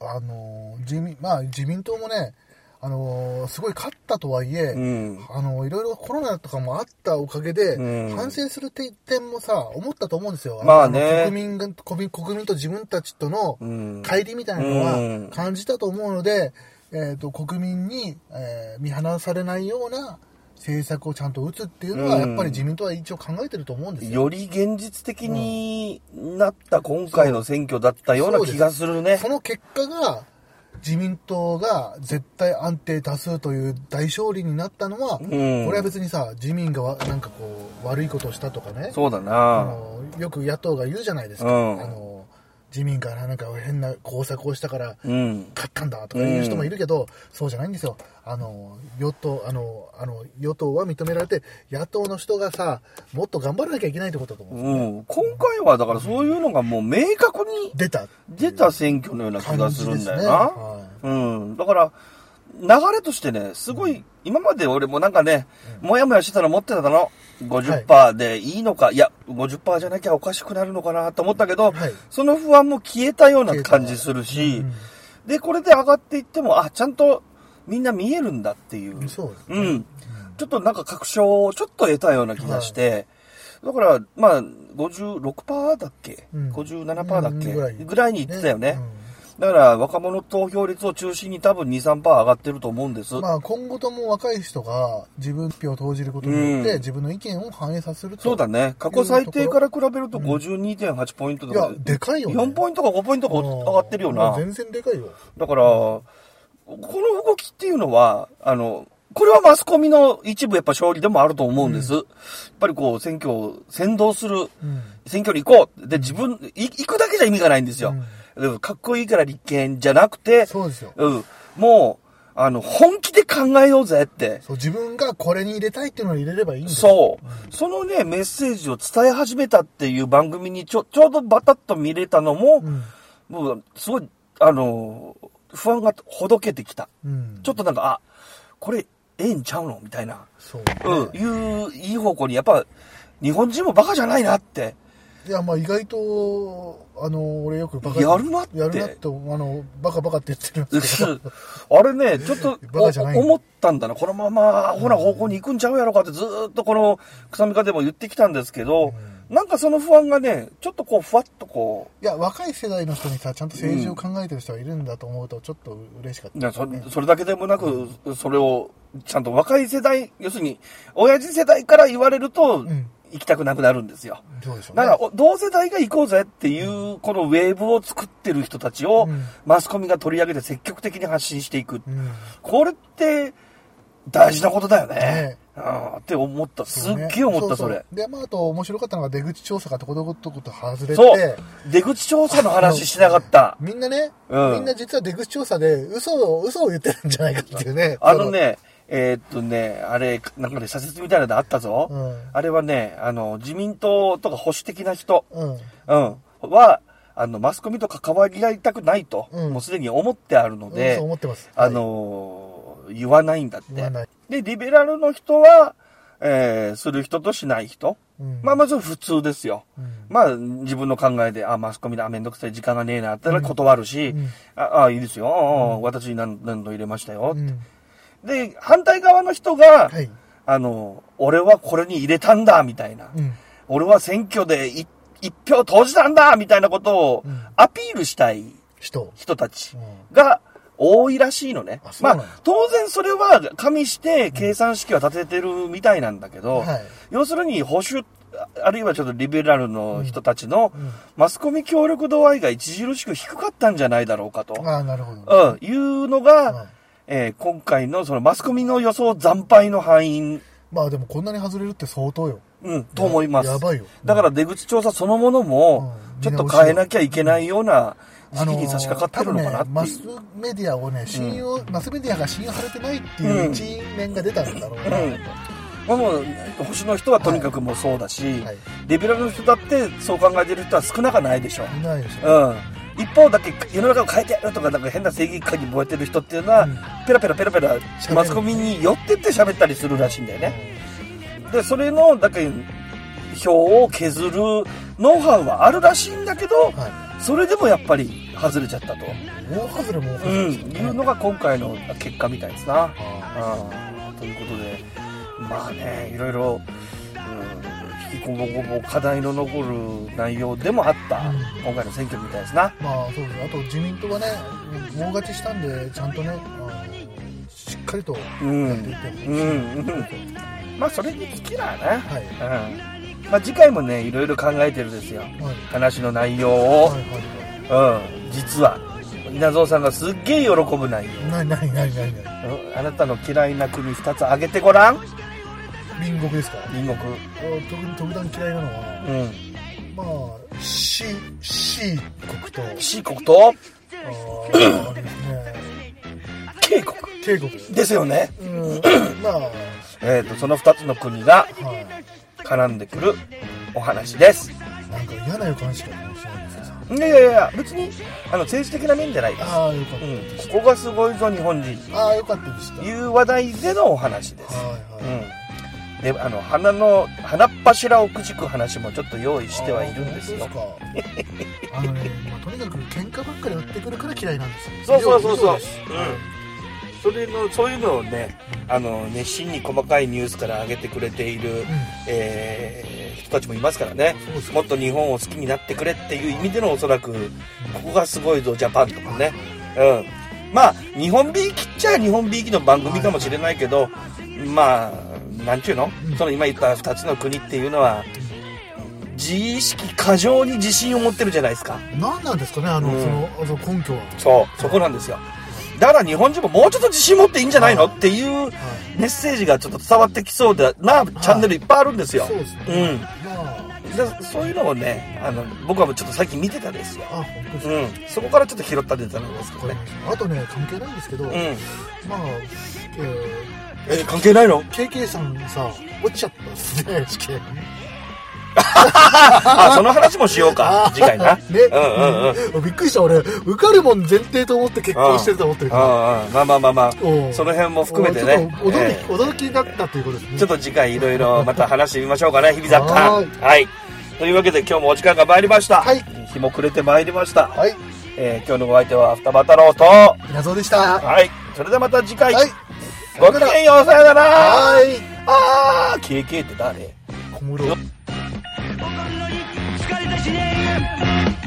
S2: あの、自民、まあ自民党もね、あの、すごい勝ったとはいえ、
S1: うん
S2: あの、いろいろコロナとかもあったおかげで、
S1: うん
S2: 反省する点点もさ、思ったと思うんですよ。
S1: まあね
S2: の国民が国民、国民と自分たちとの
S1: うん
S2: 乖離みたいなの
S1: うん
S2: は感じたと思うので、えっ、と、国民に、えー見放されないような政策をちゃんと打つっていうのは、
S1: うん
S2: やっぱり自民党は一応考えてると思うんですよ。
S1: より現実的になった今回の選挙だったような気がするね
S2: そ。の結果が、自民党が絶対安定多数という大勝利になったのは、
S1: ん
S2: これは別にさ、自民がわなんかこう、悪いことをしたとかね、
S1: そうだ
S2: あ
S1: な。
S2: のよく野党が言うじゃないですか、
S1: うん
S2: あの自民からなんか変な工作をしたから、
S1: うん。
S2: 勝ったんだとかいう人もいるけど、そうじゃないんですよ。あの、与党、あの、あの、与党は認められて、野党の人がさ、もっと頑張らなきゃいけないってことだと思う。
S1: うん、今回はだからそういうのがもう明確に
S2: 出た。
S1: 出た選挙のような気がするんだよな。
S2: 感じです
S1: うん。だから、流れとしてね、すごい、今まで俺もなんかね、もやもやしてたの持ってたの。50%でいいのか、い、や、50%じゃなきゃおかしくなるのかなと思ったけど、
S2: はい
S1: その不安も消えたような感じするし、で、これで上がっていっても、あ、ちゃんとみんな見えるんだっていう。
S2: そうですね
S1: うん。ちょっとなんか確証をちょっと得たような気がして、だから、まあ、56%だっけ、
S2: うん
S1: ?57% だっけ、
S2: うんぐらい
S1: ぐらいに言ってたよね。
S2: うん
S1: だから若者投票率を中心に多分2、3%上がってると思うんです。
S2: まあ、今後とも若い人が自分の票を投じることによっ
S1: う
S2: て
S1: ん
S2: 自分の意見を反映させると
S1: そうだね。過去最低から比べると52.8ポイント
S2: い
S1: とか、
S2: やでかいよ、ね、
S1: 4ポイントか5ポイントか上がってるよ
S2: うん
S1: な。
S2: 全然でかいよ
S1: だから、この動きっていうのは、あの、これはマスコミの一部やっぱ勝利でもあると思うんです。やっぱりこう選挙を先導する、
S2: ん
S1: 選挙に行こうで自分、い行くだけじゃ意味がないんですよ。でもかっこいいから立憲じゃなくて、
S2: そうですよ
S1: うん、もう、あの、本気で考えようぜって。
S2: そう自分がこれに入れたいっていうのを入れればいいんだよ
S1: そう。そのね、メッセージを伝え始めたっていう番組にちょ、ちょうどバタッと見れたのも、
S2: ん
S1: もう、すごい、あの、不安がほどけてきた。
S2: うん
S1: ちょっとなんか、あ、これ、ええんちゃうのみたいな。
S2: そう、
S1: うん、いう、いい方向に、やっぱ、日本人もバカじゃないなって。
S2: いやまあ意外とあの俺よくバカ
S1: やるなって
S2: やるなってあのバカバカって言ってるんですけ ど
S1: あれね、ちょっと
S2: バカじゃない
S1: お思ったんだな。このまま、ほな方向に行くんちゃうやろかってずーっとこの、草見かでも言ってきたんですけど、なんかその不安がね、ちょっとこう、ふわっとこう、
S2: いや若い世代の人にさちゃんと政治を考えてる人がいるんだと思うとちょっと嬉しかった
S1: いやそそれだけでもなく、それをちゃんと若い世代、要するに、親父世代から言われると、
S2: ん
S1: 行きたくなくなるんですよ。
S2: そうでしょうね
S1: だから、お同世代が行こうぜっていう、このウェーブを作ってる人たちを
S2: うん、
S1: マスコミが取り上げて積極的に発信していく。
S2: うん
S1: これって、大事なことだよね
S2: ね。
S1: ああって思った。す
S2: そう
S1: っ
S2: ね
S1: げえ思った、そうれ
S2: う。で、まあ、あと面白かったのが出口調査がとことことこと外れて、
S1: そう。出口調査の話しなかった。
S2: みんなね、
S1: うん
S2: みんな実は出口調査で嘘を、嘘を言ってるんじゃないかっていうね。
S1: あのね、えーっとね、あれ、なんかね、左折みたいなのあったぞ。
S2: うん
S1: あれはね、あの、自民党とか保守的な人、
S2: うん。
S1: うん、は、あの、マスコミとか関わり合いたくないと、
S2: うん
S1: もうすでに思ってあるの
S2: うん
S1: で
S2: そう、思ってます。
S1: あのー言わないんだって。
S2: 言わない
S1: で、リベラルの人は、えーする人としない人。
S2: うん
S1: まあ、まず普通ですよ。
S2: うん
S1: まあ、自分の考えで、あ、マスコミだ、あめんどくさい、時間がねえな、ったら断るし、
S2: うん
S1: あ、あ、いいですよ、ああ私何何度入れましたよ、
S2: うん
S1: で、反対側の人が、
S2: はい。
S1: あの、俺はこれに入れたんだ、みたいな。
S2: うん。
S1: 俺は選挙でい一票投じたんだ、みたいなことを
S2: うん
S1: アピールしたい
S2: 人。
S1: 人たち
S2: う
S1: が多いらしいのね
S2: あ。そう
S1: ま
S2: なんだ
S1: あ、当然それは加味して計算式は立ててるみたいなんだけど、
S2: はい
S1: 要するに保守、ああるいはちょっとリベラルの人たちの
S2: ん
S1: マスコミ協力度合いが著しく低かったんじゃないだろうかと、
S2: ああ、なるほど。
S1: うん、いうのが、
S2: はい
S1: えー今回のそのマスコミの予想惨敗の敗因、
S2: まあでもこんなに外れるって相当よ。
S1: うん、と思います。
S2: やばいよ
S1: だから出口調査そのものも
S2: う、ん
S1: ちょっと変えなきゃいけないような時期に差し掛かってるのかな
S2: あの
S1: っ
S2: ー
S1: ていう。
S2: 多分ね、マスメディアをね、信用、マスメディアが信用されてないっていう一面が出たんだろうな、
S1: うんまあもう星の人はとにかくもうそうだし、
S2: はい
S1: レベラルの人だってそう考えてる人は少なくないでしょう、
S2: いないでしょ。
S1: うん、一方だけ世の中を変えてやるとかなんか変な正義感に燃えてる人っていうのは、
S2: うん
S1: ペラペラペラペラ
S2: 喋る
S1: マスコミに寄ってって喋ったりするらしいんだよね、でそれのだけ票を削るノウハウはあるらしいんだけど、
S2: は
S1: それでもやっぱり外れちゃったと、
S2: い。大外れも大
S1: うん、
S2: 外れでし
S1: いうの
S2: が、
S1: が今回の結果みたいですな。
S2: あ
S1: あーということでまあねいろいろ、うん、引きこもごも課題の残る内容でもあった、
S2: うん
S1: 今回の選挙みたいですな
S2: ーまあそうです。あと自民党はね、大勝ちしたんで、ちゃんとね、あのしっかりとや
S1: う
S2: ってい
S1: ん
S2: ってほしい
S1: うんうんまあそれに尽きらね、
S2: はい。
S1: うんまあ、次回もねいろいろ考えてるですよ
S2: はい。
S1: 話の内容を、
S2: はいはい
S1: うん、実は稲造さんがすっげえ喜ぶ内容、
S2: はい。ないないないないな
S1: うんあなたの嫌いな国2つ挙げてごらん
S2: い。隣国ですから。
S1: 隣国
S2: あー特に特段嫌いなのは、
S1: うん
S2: まあ、C、C 国と、
S1: C 国と
S2: あーあれですね、
S1: K 国
S2: K 国。
S1: ですよね
S2: うん、まあ、
S1: えー、とその2つの国が
S2: は
S1: 絡んでくるお話です。
S2: い。なんか嫌な予感しかしないですけど。
S1: いやいやいや、別にあの政治的な面じゃないです。
S2: ああ、よかっ
S1: う
S2: た
S1: ん
S2: で、し
S1: ここがすごいぞ、日本人。
S2: た。ああ、よかったでした。はい
S1: いう話題でのお話です。
S2: は
S1: うん、であの鼻の鼻っ柱をくじく話もちょっと用意
S2: い。
S1: してはいるんですよ
S2: あ。ー。本当ですかあのね、まあ、とにかく喧嘩ばっかり売ってくるから嫌いなんですよ。
S1: そうそうそうそう。う
S2: 以上
S1: ん
S2: です。
S1: それのそういうのをね、あの熱心に細かいニュースから上げてくれている、えー人たちもいますからね
S2: そうです。
S1: もっと日本を好きになってくれっていう意味でのおそらくここがすごいぞジャパンとかね。うん。まあ日本びいきっちゃ日本びいきの番組かもしれないけど、まあなんちゅうの、
S2: うん
S1: その今言った二つの国っていうのは。自意識過剰に自信を持ってるじゃないですか。
S2: 何なんですかね、あの、
S1: うん
S2: その、あの根拠は。
S1: そう、そこなんですよ。だから日本人ももうちょっと自信持っていいんじゃないのっていう
S2: はい。
S1: メッセージがちょっと伝わってきそうだな、チャンネルいっぱいあるんですよ。
S2: そうですね。
S1: うん。
S2: まあ、
S1: でそういうのをね、あの、僕はちょっと最近見てたんですよ。
S2: あ、本当です
S1: う
S2: か。
S1: ん。そこからちょっと拾ったデータなんですけど
S2: わかり
S1: ね。
S2: ましたあとね、関係ないんですけど、
S1: うん。
S2: ま
S1: え
S2: あ、えー、
S1: ー関係 ないの
S2: KK さんさ、落ちちゃったっす ね、試験。
S1: あ、その話もしよう か。次回な。
S2: ね、
S1: うんうんうん。うんうん。
S2: びっくりした、俺、受かるもん前提と思って結婚してると思ってるから。
S1: まあまあまあまあ、
S2: おう
S1: その辺も含めてね
S2: ちょっと。驚
S1: え
S2: き、驚きだったということです
S1: ー
S2: ね。
S1: ちょっと次回いろいろまた話してみましょうかね、日々雑
S2: は
S1: 感。
S2: ー
S1: はい。というわけで今日もお時間が参りました。
S2: はい
S1: 日も暮れて参りました。
S2: はい、
S1: えー今日のお相手は、アフタバタローと、
S2: 謎でした。は
S1: はい。それではまた次回、
S2: い、
S1: ごきげんよう、さよなら
S2: はい、
S1: あー、KK って誰
S2: 小室。
S6: 心に疲れたしね